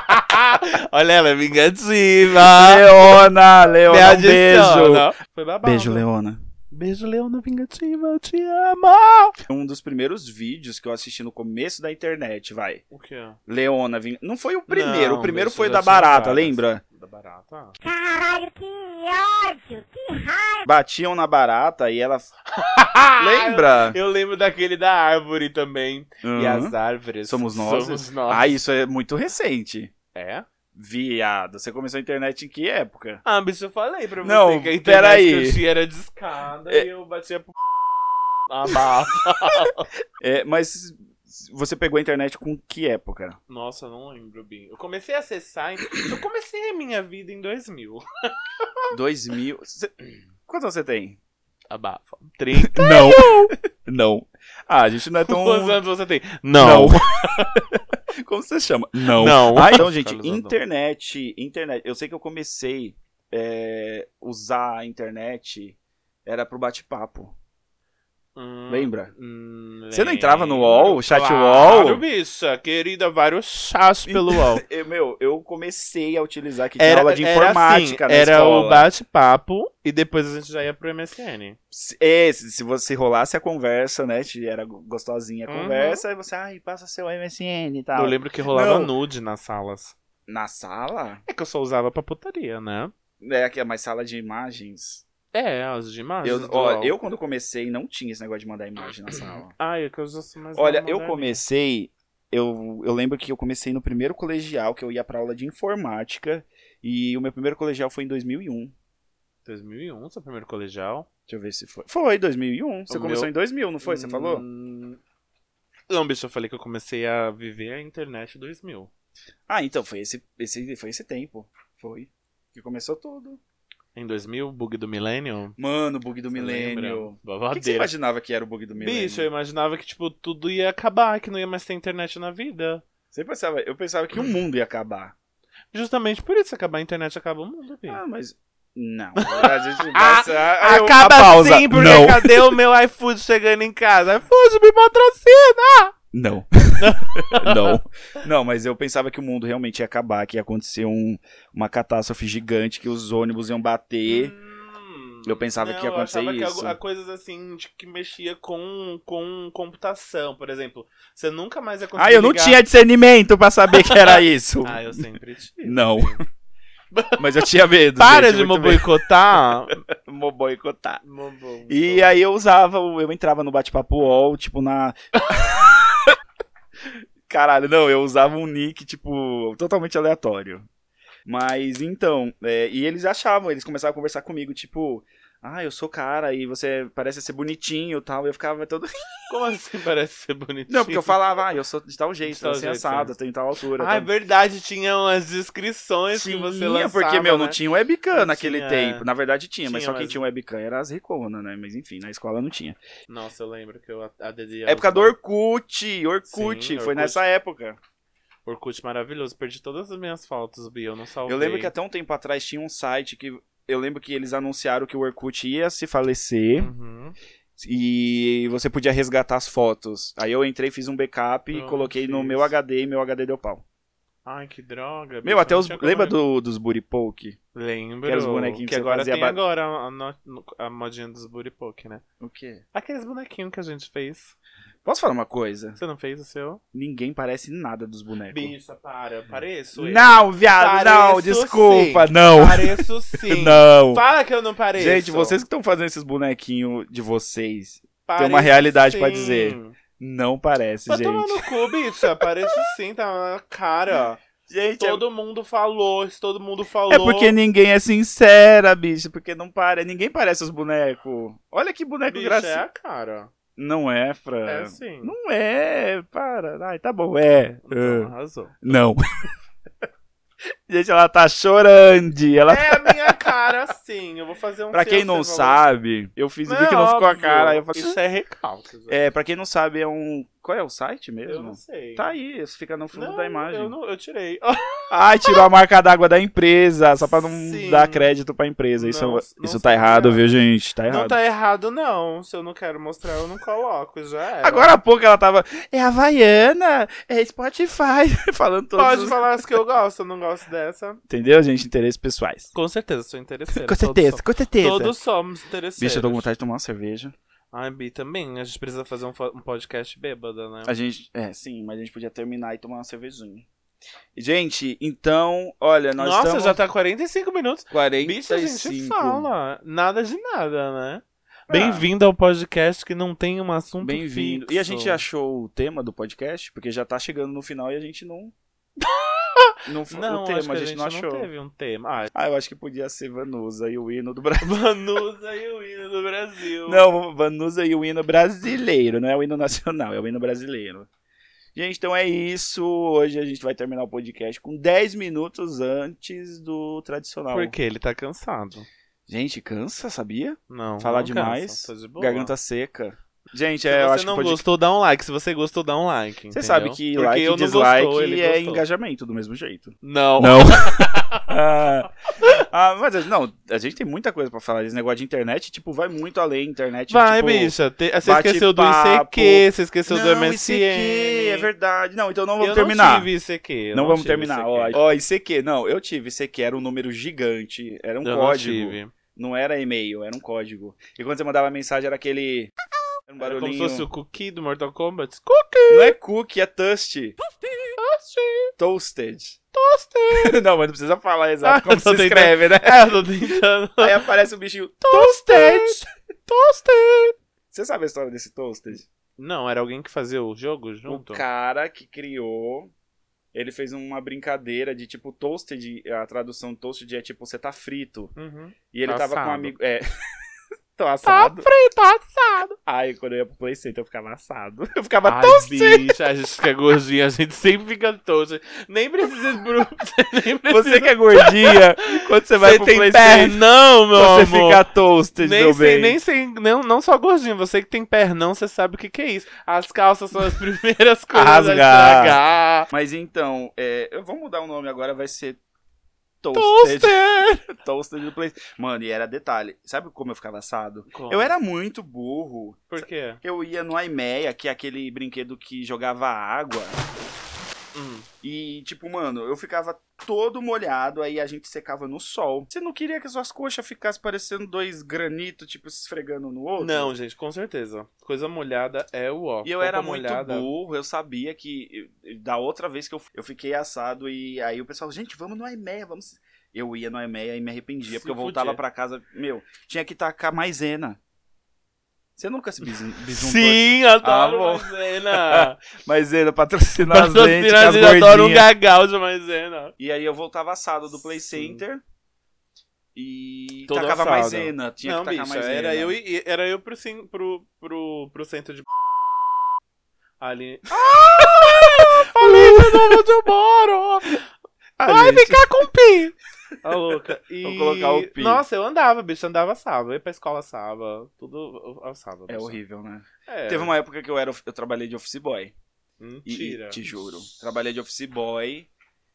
Olha ela, é vingativa.
Leona, Leona, um
Piadinha,
beijo.
não. Foi babado.
Beijo, Leona.
Beijo, Leona Vingativa, eu te amo.
Um dos primeiros vídeos que eu assisti no começo da internet, vai.
O que é?
Leona, ving... não foi o primeiro.
Não,
o primeiro
isso
foi
já
da
são
barata,
várias.
lembra?
Da barata?
Batiam na barata e ela. lembra?
Ah, Eu lembro daquele da árvore também. E
Uhum.
as árvores.
Somos nós.
Somos nós.
Ah, isso é muito recente.
É?
Viado, você começou a internet em que época?
Ah, bicho, eu falei pra você
Não,
que a internet
peraí.
que eu tinha era de escada e eu batia pro... Ah, bah.
É, mas você pegou a internet com que época?
Nossa, eu não lembro, Bim. Eu comecei a acessar... em- Eu comecei a minha vida em 2000.
2000. Você... Quanto você tem?
Abafa. 30.
Não. não. Ah, a gente não é tão.
Quantos anos você tem?
Não.
Então, Não.
Como você chama? Não.
Não.
Ah, então, gente,
Carlos Andon.
internet, internet. Eu sei que eu comecei é, usar a internet era pro bate-papo.
Hum,
Lembra?
hum,
Você não entrava no
lembro,
UOL, chat
claro,
UOL?
bicha. Querida, vários chás pelo UOL.
Eu, meu, eu comecei a utilizar que tinha aula de informática
assim,
na
Era
escola.
o bate-papo e depois a gente já ia pro MSN.
Se- É, se se você rolasse a conversa, né? te- Era gostosinha a
Uhum.
conversa, aí você, ai, passa seu MSN e tal.
Eu lembro que rolava
Não.
nude nas salas.
Na sala?
É que eu só usava pra putaria, né?
É, aqui é mais sala de imagens.
É, as de imagens.
Eu,
do
ó,
UOL.
eu, quando comecei, não tinha esse negócio de mandar imagem na sala.
Ai, é que eu já sou mais.
Olha,
nova,
eu
né?
comecei. Eu, eu lembro que eu comecei no primeiro colegial, que eu ia pra aula de informática. E o meu primeiro colegial foi em 2001.
2001, seu primeiro colegial.
Deixa eu ver se foi. Foi, 2001. Você
O
começou
meu-
em 2000, não foi? Você falou?
Hum, Não, bicho, eu falei que eu comecei a viver a internet 2000.
Ah, então, foi esse, esse, foi esse tempo. Foi. Que começou tudo.
Em 2000, bug do milênio.
Mano, bug do
Você
milênio.
lembra?
O que, que você
Babadeira.
imaginava que era o bug do milênio?
Bicho, eu imaginava que, tipo, tudo ia acabar, que não ia mais ter internet na vida.
Você pensava, eu pensava que o mundo ia acabar.
Justamente por isso, acabar a internet acaba o mundo, bicho.
Ah, mas. Não. A gente
Ah,
passa. Ah, eu-
acaba
a pausa.
sim, porque
Não.
cadê o meu iFood chegando em casa? iFood, me patrocina!
Não. não. Não, mas eu pensava que o mundo realmente ia acabar, que ia acontecer um- uma catástrofe gigante, que os ônibus iam bater.
Hum,
Eu pensava que ia
eu achava
acontecer
que
isso.
algu- a coisas assim de que mexia com, com computação, por exemplo. Você nunca mais ia conseguir.
ah, eu não
ligar-
tinha discernimento pra saber que era isso.
Ah, eu sempre tive.
Não. Mas eu tinha medo.
Para
gente,
de me
muito
boicotar!
medo. Mo boicotar.
Mo- bo-
E aí eu usava, o- eu entrava no bate-papo UOL, tipo na. Caralho, não, eu usava um nick, tipo, totalmente aleatório. Mas então, é, e eles achavam, eles começavam a conversar comigo, tipo, ah, eu sou cara e você parece ser bonitinho e tal. E eu ficava todo.
Como assim parece ser bonitinho?
Não, porque eu falava, ah, eu sou de tal jeito,
Tipo, De tal
assim,
jeito,
assado, tenho tal altura.
Ah, é
tal.
verdade, tinha umas descrições que você lançava,
porque, meu, não
né?
tinha webcam
Não
naquele
tinha,
tempo. Na verdade tinha, mas
tinha,
só quem
mas-
tinha webcam era as riconas, né? Mas enfim, na escola não tinha.
Nossa, eu lembro que eu adedi
É Época do Orkut, Orkut,
Sim,
foi
Orkut.
nessa época.
Orkut maravilhoso. Perdi todas as minhas fotos, Bia, eu não salvei.
Eu lembro que até um tempo atrás tinha um site que eu lembro que eles anunciaram que o Orkut ia se falecer
Uhum.
e você podia resgatar as fotos. Aí eu entrei, fiz um backup e
Eu
coloquei no
fiz.
meu HD e meu HD deu pau.
Ai, que droga.
Meu,
bicho,
até
não
os
tinha como
lembra
eu-
do, dos booty poke?
Lembro.
Que era os bonequinhos que
que
você
agora
fazia
tem
ba-
agora a, no- a modinha dos booty poke, né?
O quê?
Aqueles bonequinhos que a gente fez.
Posso falar uma coisa?
Você não fez o seu?
Ninguém parece nada dos bonecos.
Bicha, para. Pareço eu.
Não, viado, não,
Pareço
desculpa,
sim.
não.
Pareço sim.
Não.
Fala que eu não pareço.
Gente, vocês que estão fazendo esses bonequinhos de vocês, tem uma realidade pra
sim.
dizer. não parece,
Vai
gente.
tomar no cu, bicha. Pareço sim, tá na cara.
Gente, é
Todo mundo falou, isso todo mundo falou.
É porque ninguém é sincera, bicho. Porque não para. Ninguém parece os bonecos. Olha que boneco
Bicho, é
engraçado.
a cara.
Não é, Fran.
É sim.
Não é, para. Ai, tá bom, é.
Então,
Ah,
arrasou.
não. Gente, ela tá chorando. Ela
É a minha cara assim. Eu vou fazer um
Pra
seu,
quem não
você falou.
sabe, eu fiz o que não ficou a
óbvio,
cara. aí Eu falei,
Isso é recalque. Zé.
é, pra quem não sabe, é um. Qual é o site
eu
mesmo?
não sei.
Tá aí, isso fica no fundo
Não,
da imagem. Tá
Eu, não- eu tirei.
Ai, tirou a marca d'água da empresa, só pra não
Sim.
dar crédito pra empresa. Isso,
Não, não
isso
sei
tá errado,
nada.
viu, gente? Tá errado.
Não tá errado, não. Se eu não quero mostrar, eu não coloco. Já era.
Agora há pouco ela tava. É Havaiana, é Spotify, falando todos.
Pode
os-
falar as que eu gosto, eu não gosto dessa.
Entendeu, gente? Interesses pessoais.
Com certeza, sou interesseiro.
Com certeza, com certeza.
É, Todos somos interesseiros.
Bicho, eu tô com vontade de tomar uma cerveja.
Ai, Ah, Bi, também. A gente precisa fazer um, fo- um podcast bêbada, né?
A gente. É, sim, mas a gente podia terminar e tomar uma cervejinha. Gente, então, olha, nós
Nossa,
estamos.
já tá 45 minutos.
45.
Bicho, a gente fala. Nada de nada, né?
Ah.
Bem-vindo ao podcast que não tem um assunto
Bem-vindo.
fixo.
E a gente achou o tema do podcast, porque já tá chegando no final e a gente não. não foi
Não,
o tema,
acho que a gente
não achou.
teve um tema. Ah, é
Ah, eu acho que podia ser Vanusa e o hino do Brasil.
Vanusa e o hino do Brasil.
Não, Vanusa e o hino brasileiro, não é o hino nacional, é o hino brasileiro. Gente, então é isso. Hoje a gente vai terminar o podcast com 10 minutos antes do tradicional.
Porque ele tá cansado.
Gente, cansa, sabia?
Não.
Falar
não
demais,
cansa, tô de boa.
Garganta seca. Gente,
Se
é, eu
você
acho que
não
o podcast...
gostou, dá um like. Se você gostou, dá um like.
Você
entendeu?
sabe que
Porque
like
eu
e
não
dislike
gostou, ele
é
gostou.
engajamento do mesmo jeito.
Não.
Não. ah, ah, mas não, a gente tem muita coisa pra falar. Esse negócio de internet, tipo, vai muito além. Internet,
Vai,
tipo,
bicha. Te- Você
bate
esqueceu do
papo.
ICQ, você esqueceu do
Não,
MSN.
ICQ, é verdade. Não, então não vamos
eu
terminar.
não tive ICQ. eu
não, vamos
tive
terminar.
ICQ.
Ó, ó, ICQ, não, eu tive ICQ, era um número gigante, era um
eu
código.
não
Não,
tive. É
era e-mail, era um código. E quando você mandava mensagem era aquele era um
Era como se
barulhinho.
fosse o cookie do Mortal Kombat. Cookie!
Não é cookie, é toast. Toasted. Toasted. não, mas não precisa falar exato
Ah,
como
eu tô
se
tentando.
escreve, né?
É, eu tô tentando.
Aí aparece o bichinho Toasted. Toasted. Você sabe a história desse Toasted?
Não, era alguém que fazia o jogo junto?
O Um cara que criou, ele fez uma brincadeira de tipo toasted, a tradução toasted é tipo você tá frito.
Uhum.
E ele tava com um
Assado. Tá
amigo, é. Tô assado.
frito, assado.
Ai, quando eu ia pro Play Center eu ficava assado. Eu ficava
Ai,
tão
bicha, a gente fica gordinha, a gente sempre fica tosca. Nem precisa de bru- nem precisa...
Você que é gordinha, quando você vai
Você
pro
tem
Play Center,
pernão, meu
você
amor.
fica toasted,
nem
meu
sei,
bem.
nem sei, não, não só gordinho, você que tem pernão, você sabe o que, que é isso. As calças são as primeiras coisas
Rasgar.
a estragar.
Mas então, é, eu vou mudar o nome agora, vai ser Toasted.
Toaster!
Toasted do Play Mano, e era detalhe. Sabe como eu ficava assado? Eu era muito burro.
Por quê?
Eu ia no Aimeia, que é aquele brinquedo que jogava água.
Hum.
E, tipo, mano, eu ficava todo molhado, aí a gente secava no sol. Você não queria que suas coxas ficassem parecendo dois granitos, tipo, se esfregando no outro?
Não, gente, com certeza. Coisa molhada é o ó.
E eu
Roupa
era muito
molhada.
burro, eu sabia que. Da outra vez que eu, eu fiquei assado, e aí o pessoal, gente, vamos no Aimeia, vamos. Eu ia no Aimeia e me arrependia,
Se
porque eu voltava
fudia.
pra casa, meu, tinha que tacar maisena. Você nunca se bisun- bisuntou?
Sim, adoro
Ah, bom.
maisena.
Maisena, patrocina as lentes,
Patrocina,
com
a
as
gente adora um
gordinhas.
gagal de maisena.
E aí eu voltava assado do Play
Sim.
Center. E
Todo
tacava
assado.
maisena. Tinha
não,
que tacar né?
bicha,
maisena.
era eu, e- era eu pro, cin- pro, pro, pro centro de... Ali...
Ah! falei de novo de
Vai ficar com o pi! Tá louca. E...
Vou colocar o pi.
Nossa, eu andava, bicho. Andava sábado. ia pra escola sábado. Tudo ao sábado.
É horrível, né?
É.
Teve uma época que eu era eu trabalhei de office boy. E- e
Mentira.
te juro. Trabalhei de office boy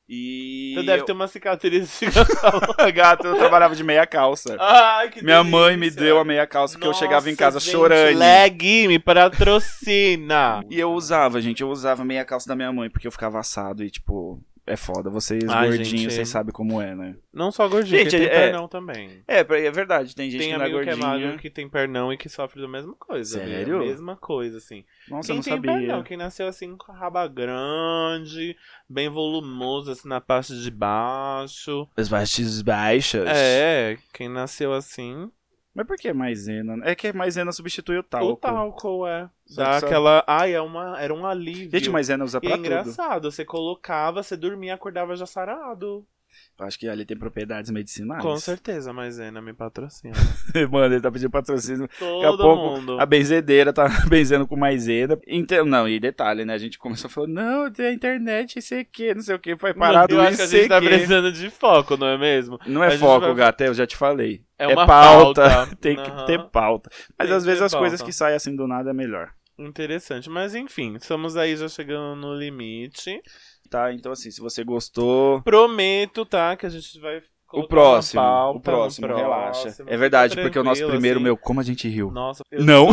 e
Tu deve
eu-
ter uma cicatriz assim de gastão.
gato, eu trabalhava de meia calça.
Ai, que
Minha
delícia.
mãe me deu a meia calça que eu chegava em casa chorando.
Leg me patrocina.
E eu usava, gente, eu usava meia calça da minha mãe porque eu ficava assado e tipo, é foda, vocês
Ai,
gordinhos,
gente.
vocês sabem como é, né?
Não só gordinho,
Gente,
gente, tem
é-
pernão também.
É, pra- é verdade, tem gente
tem
que não é
amigo que é
gordinho.
magro que tem pernão e que sofre da mesma coisa. né?
Sério?
Mesma coisa, assim.
Nossa, eu
quem
não
tem
sabia.
pernão, quem nasceu assim com a raba grande, bem volumoso, assim, na parte de baixo.
As baixas baixas.
É, quem nasceu assim.
Mas por que maisena? É que maisena substitui o talco.
O talco, é.
Tá Só-
Dá
só-
aquela. Ai, é uma. Era um alívio.
Gente, maisena usa
E
pra
é
tudo.
engraçado, você colocava, você dormia, acordava já sarado.
Eu acho que ali tem propriedades medicinais.
Com certeza, mas Zena me patrocina.
Mano, ele tá pedindo patrocínio.
Todo
Daqui a pouco,
mundo.
A benzedeira tá benzendo com maisena. Então, não, e detalhe, né? A gente começou falando, não, tem a internet, não sei o que, não sei o que, foi parado
Eu acho
isso,
que a
sei
gente tá
quê.
precisando de foco, não é mesmo?
Não é
a gente
foco,
vai-
gata, eu já te falei.
É
É
uma
pauta, Tem que
Aham.
ter pauta. Mas
Tem
às
que
vezes
ter
as coisas
pauta.
que saem assim do nada é melhor.
Interessante, mas enfim, estamos aí já chegando no limite.
Tá, então assim, se você gostou,
Prometo, tá, que a gente vai
o
colocar
próximo,
uma pauta,
o próximo,
no
relaxa.
próximo,
É verdade,
fica
porque o nosso
tranquilo,
primeiro,
assim.
meu, como a gente riu.
Nossa, eu-
Não.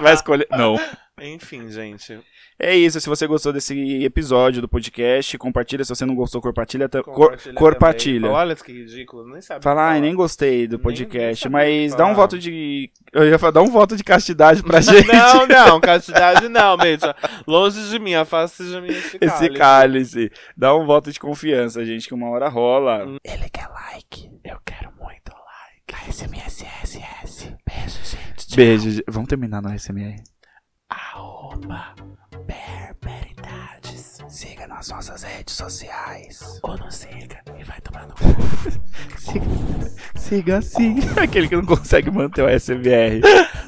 Vai escolher, não.
Enfim, gente.
É isso, se você gostou desse episódio do podcast, compartilha, se você não gostou, compartilha, ta- cor,
Compartilha
corpartilha.
também. Fala, Olha que ridículo, nem sabe.
Fala, ai,
falar.
nem gostei do
Nem-
podcast,
nem sabia o
mas
que
dá um
falar.
voto de. Eu ia falar, dá um voto de castidade pra gente.
Não, não, castidade não, bicha. Longe de mim, afasta-se de mim esse
Esse
cálice.
cálice. Dá um voto de confiança, gente, que uma hora rola.
Ele quer like. Eu quero muito like. SMSSS. Beijo, gente.
Beijo. gente. Vamos terminar no SMR.
Arroba Berberidades. Siga nas nossas redes sociais. Ou não siga e vai tomar no cu.
Siga assim. Aquele que não consegue manter o SMR.